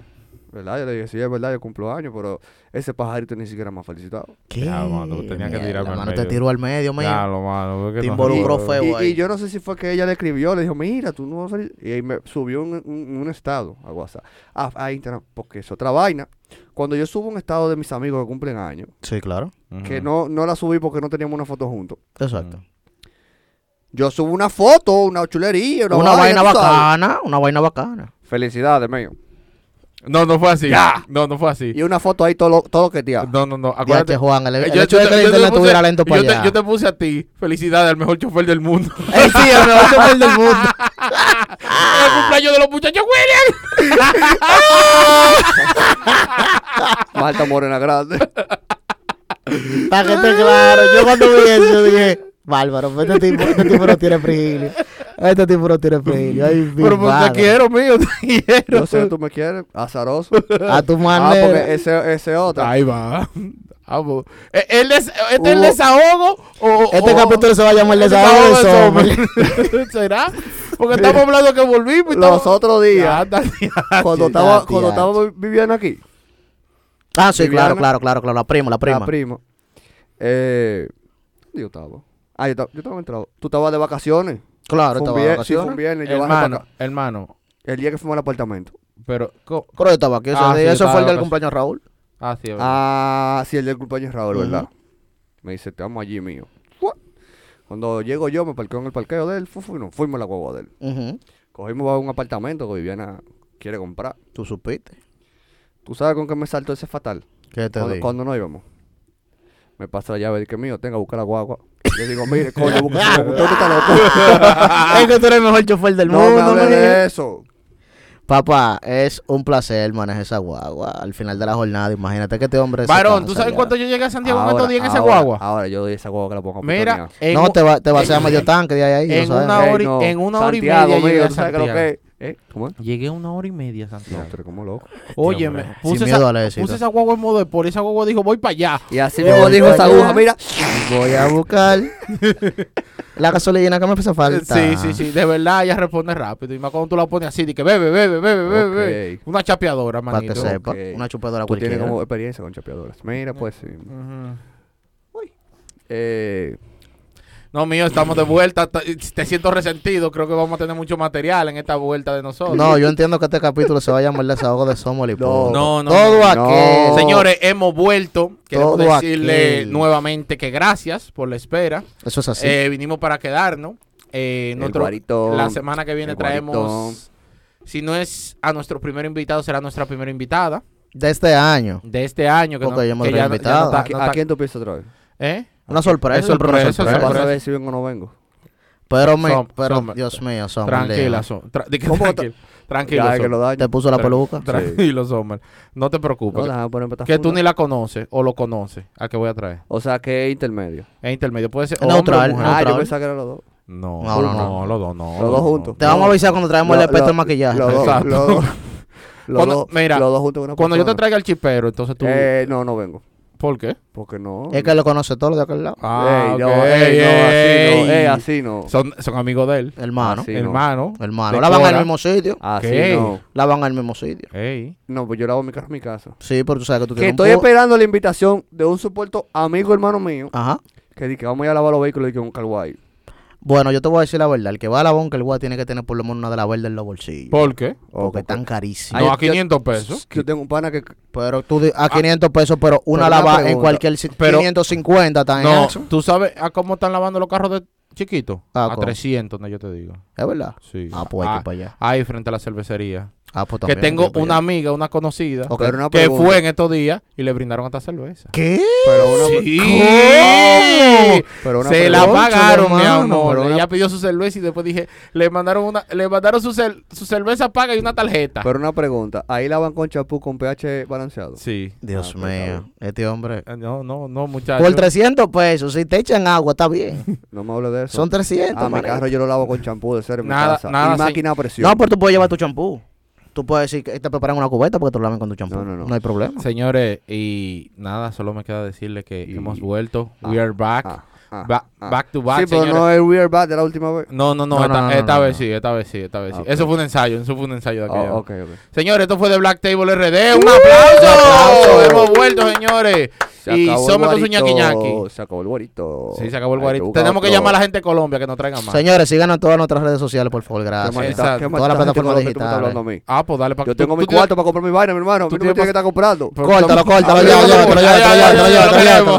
Speaker 1: ¿verdad? Yo le dije, sí, es verdad, yo cumplo años, pero ese pajarito ni siquiera me ha felicitado.
Speaker 2: ¿Qué?
Speaker 3: Ya, mano, tenía que
Speaker 2: Mierda,
Speaker 3: tirarme al
Speaker 2: mano, te
Speaker 3: medio.
Speaker 2: tiró al medio, mío.
Speaker 3: Claro, mano. ¿por qué
Speaker 2: Te
Speaker 3: no?
Speaker 2: involucró
Speaker 1: Y-
Speaker 2: feo
Speaker 1: y,
Speaker 2: ahí.
Speaker 1: y yo no sé si fue que ella le escribió, le dijo, mira, tú no vas a salir". Y ahí me subió un, un- un estado a WhatsApp, a, a Instagram, porque es otra vaina. Cuando yo subo un estado de mis amigos que cumplen años,
Speaker 2: Sí, claro.
Speaker 3: Ujú.
Speaker 1: que no, no la subí porque no teníamos una foto juntos,
Speaker 2: Exacto.
Speaker 1: yo subo una foto, una chulería, una,
Speaker 2: Una vaina
Speaker 1: tú sabes.
Speaker 2: bacana, una vaina bacana.
Speaker 1: Felicidades, mío.
Speaker 3: No, no fue así.
Speaker 1: Ya.
Speaker 3: No, no fue así.
Speaker 1: Y una foto ahí todo, lo- todo que te
Speaker 3: No, no, no.
Speaker 2: Ya te
Speaker 3: Acuérdate.
Speaker 2: Juan, el, el
Speaker 3: Eh,
Speaker 2: hecho de que el
Speaker 3: yo te
Speaker 2: internet
Speaker 3: puse-
Speaker 2: estuviera lento para
Speaker 3: yo te-
Speaker 2: allá.
Speaker 3: yo te puse a ti. Felicidades al mejor chofer del mundo.
Speaker 2: Ey, sí, el mejor chofer del mundo.
Speaker 3: ¡El cumpleaños de los muchachos, William!
Speaker 1: Marta Morena Grande.
Speaker 2: Para que esté claro, yo cuando vi eso, yo dije, bárbaro, pues este tipo, este tipo no tiene frigilio. Este tipo no tiene frigilio. Ay, mi
Speaker 3: Pero pues
Speaker 2: madre.
Speaker 3: te quiero, mío, te
Speaker 1: yo
Speaker 3: quiero.
Speaker 1: sé que tú me quieres, azaroso.
Speaker 2: A tu
Speaker 1: ah,
Speaker 2: manera.
Speaker 1: porque ese, ese otro.
Speaker 3: Ahí va. Vamos. Eh, el des- ¿Este es el
Speaker 1: Hubo-
Speaker 3: desahogo? O,
Speaker 2: este
Speaker 3: o-
Speaker 2: capítulo se va a llamar el
Speaker 3: Oh. este
Speaker 2: desahogo del Sommer.
Speaker 3: Sommer? ¿Será? Porque estamos hablando que volvimos y
Speaker 1: Los otros días, cuando,
Speaker 2: sí,
Speaker 1: estaba,
Speaker 2: ya,
Speaker 1: cuando
Speaker 2: ya.
Speaker 1: estábamos viviendo aquí,
Speaker 2: Ah, sí,
Speaker 1: Viviana.
Speaker 2: claro, claro, claro, claro. La prima, la prima.
Speaker 1: La prima. Eh, ¿dónde yo estaba? Ah, yo estaba, yo estaba entrado. Tú estabas de vacaciones.
Speaker 2: claro,
Speaker 1: Fue un
Speaker 2: estaba de
Speaker 1: vier- sí, fue un
Speaker 2: vacaciones.
Speaker 1: viernes. Yo bajé para
Speaker 3: Hermano,
Speaker 1: acá.
Speaker 3: hermano.
Speaker 1: El día que fuimos al apartamento.
Speaker 3: Pero, co-
Speaker 2: Pero yo estaba aquí. ese
Speaker 3: Ah,
Speaker 2: día,
Speaker 3: sí, yo
Speaker 2: eso
Speaker 3: estaba
Speaker 2: fue el
Speaker 3: de
Speaker 2: del
Speaker 3: vacaciones.
Speaker 2: cumpleaños de Raúl.
Speaker 3: ah, sí, es verdad.
Speaker 1: Ah, sí, el del cumpleaños de Raúl,
Speaker 2: Ujú.
Speaker 1: ¿verdad? Me dice, te amo allí, mío. Fua. Cuando llego yo, me parqueo en el parqueo de él. Fu, fu, no, fuimos a la guagua de él.
Speaker 2: Ujú.
Speaker 1: Cogimos a un apartamento que Viviana quiere comprar.
Speaker 2: Tú supiste.
Speaker 1: ¿Tú sabes con qué me saltó ese fatal?
Speaker 2: ¿Qué te
Speaker 1: Cuando,
Speaker 2: digo?
Speaker 1: cuando no íbamos. Me pasa la llave, que mío, tenga, busca la guagua. Yo digo, mire, coño, busca la guagua. Usted está loco.
Speaker 2: es que tú eres el mejor chofer del
Speaker 1: No me
Speaker 2: mundo.
Speaker 1: hable
Speaker 2: manín.
Speaker 1: de eso.
Speaker 2: Papá, es un placer manejar esa guagua al final de la jornada. Imagínate que este hombre. se
Speaker 3: Varón, ¿tú
Speaker 2: cansa
Speaker 3: sabes
Speaker 2: ya.
Speaker 3: cuánto yo llegué a Santiago en
Speaker 1: Ahora,
Speaker 3: estos días en esa
Speaker 1: ahora,
Speaker 3: guagua?
Speaker 1: Ahora yo doy esa guagua que la pongo a
Speaker 3: Mira,
Speaker 1: pitonear.
Speaker 3: en,
Speaker 2: Ah, No,
Speaker 3: un-
Speaker 2: te va, te va a hacer medio tanque de ahí. a ahí
Speaker 3: en
Speaker 2: lo sabemos.
Speaker 3: una
Speaker 1: Ey,
Speaker 3: hora y-
Speaker 1: no,
Speaker 3: en una hora y media
Speaker 1: Santiago,
Speaker 3: llegué
Speaker 1: mío,
Speaker 3: a
Speaker 1: ¿tú sabes qué es lo
Speaker 3: Santiago.
Speaker 1: que es? ¿Eh? ¿Cómo es?
Speaker 3: Llegué una hora y media,
Speaker 1: No,
Speaker 3: Santiago.
Speaker 1: tú eres como loco.
Speaker 3: Oye,
Speaker 2: Este hombre.
Speaker 3: me
Speaker 2: Sin
Speaker 3: puse,
Speaker 2: miedo al
Speaker 3: esa,
Speaker 2: éxito.
Speaker 3: puse esa guagua en modo deporte. Esa guagua dijo, voy para allá.
Speaker 1: Y así
Speaker 2: Voy
Speaker 1: mismo dijo
Speaker 2: pa'
Speaker 1: esa
Speaker 2: allá.
Speaker 1: aguja, mira.
Speaker 2: Voy a buscar la gasolina que me empieza a faltar.
Speaker 3: Sí, sí, sí. De verdad, ella responde rápido. Y más cuando tú la pones así, de que bebe, bebe, bebe, bebe,
Speaker 1: Ok.
Speaker 3: bebe. Una chapeadora,
Speaker 2: Para que
Speaker 3: manito.
Speaker 2: sepa,
Speaker 1: ok.
Speaker 2: una chupadora
Speaker 1: Tú tienes
Speaker 2: cualquiera.
Speaker 1: como experiencia con chapeadoras. Mira, pues sí.
Speaker 3: Ujú.
Speaker 1: Eh,
Speaker 3: No, mío, estamos de vuelta. Ta- Te siento resentido. Creo que vamos a tener mucho material en esta vuelta de nosotros.
Speaker 2: No, yo entiendo que este capítulo se va a llamar Desahogo de Somos
Speaker 1: No,
Speaker 3: no, no,
Speaker 2: Todo
Speaker 3: no.
Speaker 2: aquel.
Speaker 1: No.
Speaker 3: Señores, hemos vuelto. Queremos
Speaker 2: Todo
Speaker 3: decirle
Speaker 2: aquel.
Speaker 3: nuevamente que gracias por la espera.
Speaker 2: Eso es así.
Speaker 3: Eh, vinimos para quedarnos. Eh,
Speaker 1: El
Speaker 3: nosotros-
Speaker 1: guaritón,
Speaker 3: la semana que viene
Speaker 1: el
Speaker 3: traemos,
Speaker 1: guaritón.
Speaker 3: si no es a nuestro primer invitado, será nuestra primera invitada
Speaker 2: de este año.
Speaker 3: de este año. Que
Speaker 2: Porque ya
Speaker 3: no,
Speaker 2: hemos
Speaker 3: que ya no- ya no
Speaker 2: reinvitado.
Speaker 3: está-
Speaker 1: ¿a, qui-
Speaker 3: no
Speaker 1: a
Speaker 3: está-
Speaker 1: quién tú piensas otra vez?
Speaker 3: ¿Eh?
Speaker 2: Una sorpresa.
Speaker 3: Es
Speaker 2: siempre una
Speaker 3: sorpresa,
Speaker 2: sorpresa.
Speaker 1: Vas
Speaker 3: sorpresa.
Speaker 1: a ver si vengo o no vengo.
Speaker 2: Pero, me,
Speaker 3: Som-
Speaker 2: pero
Speaker 3: som-
Speaker 2: Dios mío, Sommer.
Speaker 3: Tranquila,
Speaker 2: Lea.
Speaker 3: Som- tra- di que
Speaker 1: ¿Cómo
Speaker 3: tranquila, tranquilo,
Speaker 1: Ya, que
Speaker 3: Som-
Speaker 1: lo daño.
Speaker 2: Te puso la
Speaker 3: Tra-
Speaker 2: peluca.
Speaker 3: tranquilo, Sommer. No te
Speaker 1: No,
Speaker 3: preocupes.
Speaker 1: déjame ponerme esta
Speaker 3: que tú
Speaker 1: funda.
Speaker 3: ni la conoces o lo conoces. ¿A qué voy a traer?
Speaker 1: O sea, que es intermedio.
Speaker 3: Es intermedio. Puede ser
Speaker 2: Es
Speaker 3: hombre o
Speaker 2: neutral,
Speaker 3: mujer.
Speaker 2: ¿no?
Speaker 1: Ah,
Speaker 2: otra
Speaker 1: yo
Speaker 2: vez.
Speaker 1: pensaba que eran los dos.
Speaker 3: No,
Speaker 2: No, no,
Speaker 3: no,
Speaker 2: no.
Speaker 3: los dos no.
Speaker 1: Los dos juntos.
Speaker 2: Te vamos a avisar cuando traemos el
Speaker 1: Lo-
Speaker 2: experto
Speaker 1: lo-
Speaker 2: en maquillaje.
Speaker 1: Los dos,
Speaker 3: Exacto.
Speaker 1: los dos. Los
Speaker 3: Cuando-
Speaker 1: dos,
Speaker 3: mira,
Speaker 1: los dos juntos con una
Speaker 3: Cuando yo te
Speaker 1: persona.
Speaker 3: traiga el chipero, entonces tú.
Speaker 1: Eh, no, no vengo.
Speaker 3: ¿Por qué? Ah,
Speaker 1: Porque no.
Speaker 2: Es que lo conoce todo lo de aquel lado.
Speaker 1: Ey, no,
Speaker 3: ok,
Speaker 1: ey, no, así no.
Speaker 3: ey.
Speaker 1: Ey, así no.
Speaker 3: Son, son amigos de él.
Speaker 2: Hermano.
Speaker 1: Así. Sí, no.
Speaker 3: hermano.
Speaker 2: Hermano.
Speaker 3: Ah, De
Speaker 2: La van
Speaker 3: Cora.
Speaker 2: al mismo sitio.
Speaker 1: Así
Speaker 3: ¿Qué?
Speaker 1: no.
Speaker 2: La van al mismo sitio.
Speaker 3: Ey.
Speaker 1: No, pues yo lavo mi carro en mi casa.
Speaker 2: Sí, pero tú sabes que tú
Speaker 1: Que
Speaker 2: tienes
Speaker 1: estoy
Speaker 2: un po-
Speaker 1: esperando la invitación de un supuesto amigo hermano mío
Speaker 2: Ajá.
Speaker 1: que dice que vamos a ir a lavar los vehículos y que un calvo ahí.
Speaker 2: Bueno, yo te voy a decir la verdad. El que va a la bonca, el guay tiene que tener por lo menos una de la verde en los bolsillos.
Speaker 3: ¿Por qué?
Speaker 1: Oh,
Speaker 2: porque
Speaker 1: porque-
Speaker 2: están carísimas.
Speaker 1: Ay,
Speaker 3: No, a
Speaker 1: yo-
Speaker 3: 500 pesos.
Speaker 1: Que yo tengo un pana que.
Speaker 2: Pero tú di- a 500 pesos, pero una
Speaker 1: Pero
Speaker 2: la
Speaker 1: una
Speaker 2: va en
Speaker 1: pregunta.
Speaker 2: cualquier sitio.
Speaker 3: Pero-
Speaker 2: 550 está en
Speaker 3: No,
Speaker 2: Amazon.
Speaker 3: ¿tú sabes a cómo están lavando los carros de chiquitos?
Speaker 2: Ah,
Speaker 3: a
Speaker 2: ¿cómo?
Speaker 3: 300, no, yo te digo.
Speaker 2: Es verdad.
Speaker 3: Sí.
Speaker 2: Ah, pues hay que ir
Speaker 3: Ah,
Speaker 2: para allá.
Speaker 3: ahí frente a la cervecería.
Speaker 2: Ah, pues
Speaker 3: que
Speaker 2: también hay
Speaker 3: tengo
Speaker 2: ir para
Speaker 3: una
Speaker 2: allá.
Speaker 3: amiga, una conocida,
Speaker 2: Ok.
Speaker 1: Pero una
Speaker 3: que
Speaker 1: pregunta.
Speaker 3: fue en estos días y le brindaron hasta cerveza.
Speaker 2: ¿Qué?
Speaker 1: Pero una,
Speaker 3: Sí.
Speaker 1: pero una
Speaker 3: Se
Speaker 1: pregunta.
Speaker 3: la
Speaker 2: pregunta,
Speaker 3: pagaron, mi
Speaker 2: hermano,
Speaker 3: amor.
Speaker 2: pero una-
Speaker 3: Ella pidió su cerveza y después dije, le mandaron una, le mandaron su, cel- su cerveza paga y una tarjeta.
Speaker 1: Pero una pregunta. Ahí lavan con champú con pH balanceado.
Speaker 3: sí.
Speaker 2: Dios
Speaker 1: Ah, pues, está
Speaker 2: mío. Este hombre.
Speaker 3: Eh, No, no, no, muchachos.
Speaker 2: Por 300 pesos, si te echan agua, está bien.
Speaker 1: No me hables de eso.
Speaker 2: Son 300,
Speaker 1: Ah, mi
Speaker 2: manito.
Speaker 1: carro yo lo lavo con champú de ser en mi
Speaker 3: Nada-
Speaker 1: casa.
Speaker 3: nada,
Speaker 1: y máquina a presión.
Speaker 2: No, pero tú puedes llevar tu champú. Tú puedes decir que te preparan una cubeta porque te lo laven con tu champú.
Speaker 1: No, no, no.
Speaker 2: hay problema.
Speaker 3: Señores, y nada, solo me queda decirle que
Speaker 1: Y-
Speaker 3: hemos vuelto.
Speaker 1: Ah,
Speaker 3: We are back.
Speaker 1: ah, ah,
Speaker 3: Ba-
Speaker 1: ah.
Speaker 3: Back to back,
Speaker 1: Sí, pero
Speaker 3: señores.
Speaker 1: no es Weird Bad de la última vez.
Speaker 3: No, no, no,
Speaker 2: No,
Speaker 3: esta,
Speaker 2: no, no,
Speaker 3: esta
Speaker 2: no,
Speaker 3: vez
Speaker 2: no.
Speaker 3: sí, esta vez sí, esta vez sí.
Speaker 1: Ah, ok.
Speaker 3: Eso fue un ensayo, eso fue un ensayo de aquella.
Speaker 1: Oh, ok, ok.
Speaker 3: Señores, esto fue de Black Table RD. ¡Un aplauso!
Speaker 1: aplauso!
Speaker 3: Hemos vuelto, señores.
Speaker 1: Se
Speaker 3: y
Speaker 1: acabó el
Speaker 3: somos con su
Speaker 1: guarito,
Speaker 3: ñaqui ñaqui.
Speaker 1: Se acabó el guarito.
Speaker 3: Sí, se acabó el
Speaker 1: Hay
Speaker 3: guarito.
Speaker 1: buscar
Speaker 3: Tenemos que
Speaker 1: otro.
Speaker 3: llamar a la gente de Colombia que nos traigan más.
Speaker 2: Señores, síganos en todas nuestras redes sociales, por favor.
Speaker 1: Qué
Speaker 2: Gracias.
Speaker 1: maldita- qué
Speaker 3: Exacto.
Speaker 2: Todas
Speaker 1: maldita
Speaker 2: las
Speaker 1: gente
Speaker 2: plataformas
Speaker 1: con lo que tú me estás
Speaker 2: digitales.
Speaker 1: hablando a mí.
Speaker 3: Ah, pues dale para
Speaker 1: Yo tengo mi cuarto para comprar mi vaina, mi hermano. Tú
Speaker 3: tú
Speaker 1: no me
Speaker 3: tienes-
Speaker 1: tienes que estar comprando.
Speaker 2: Córtalo, córtalo,
Speaker 3: Ah,
Speaker 2: ya,
Speaker 3: pero-
Speaker 2: ya,
Speaker 3: pero- ya, ya,
Speaker 2: ya, ya, ya,
Speaker 3: ya,
Speaker 2: ya,
Speaker 3: ya,
Speaker 2: ya,
Speaker 3: ya,
Speaker 2: ya,
Speaker 3: ya,
Speaker 2: ya,
Speaker 3: ya,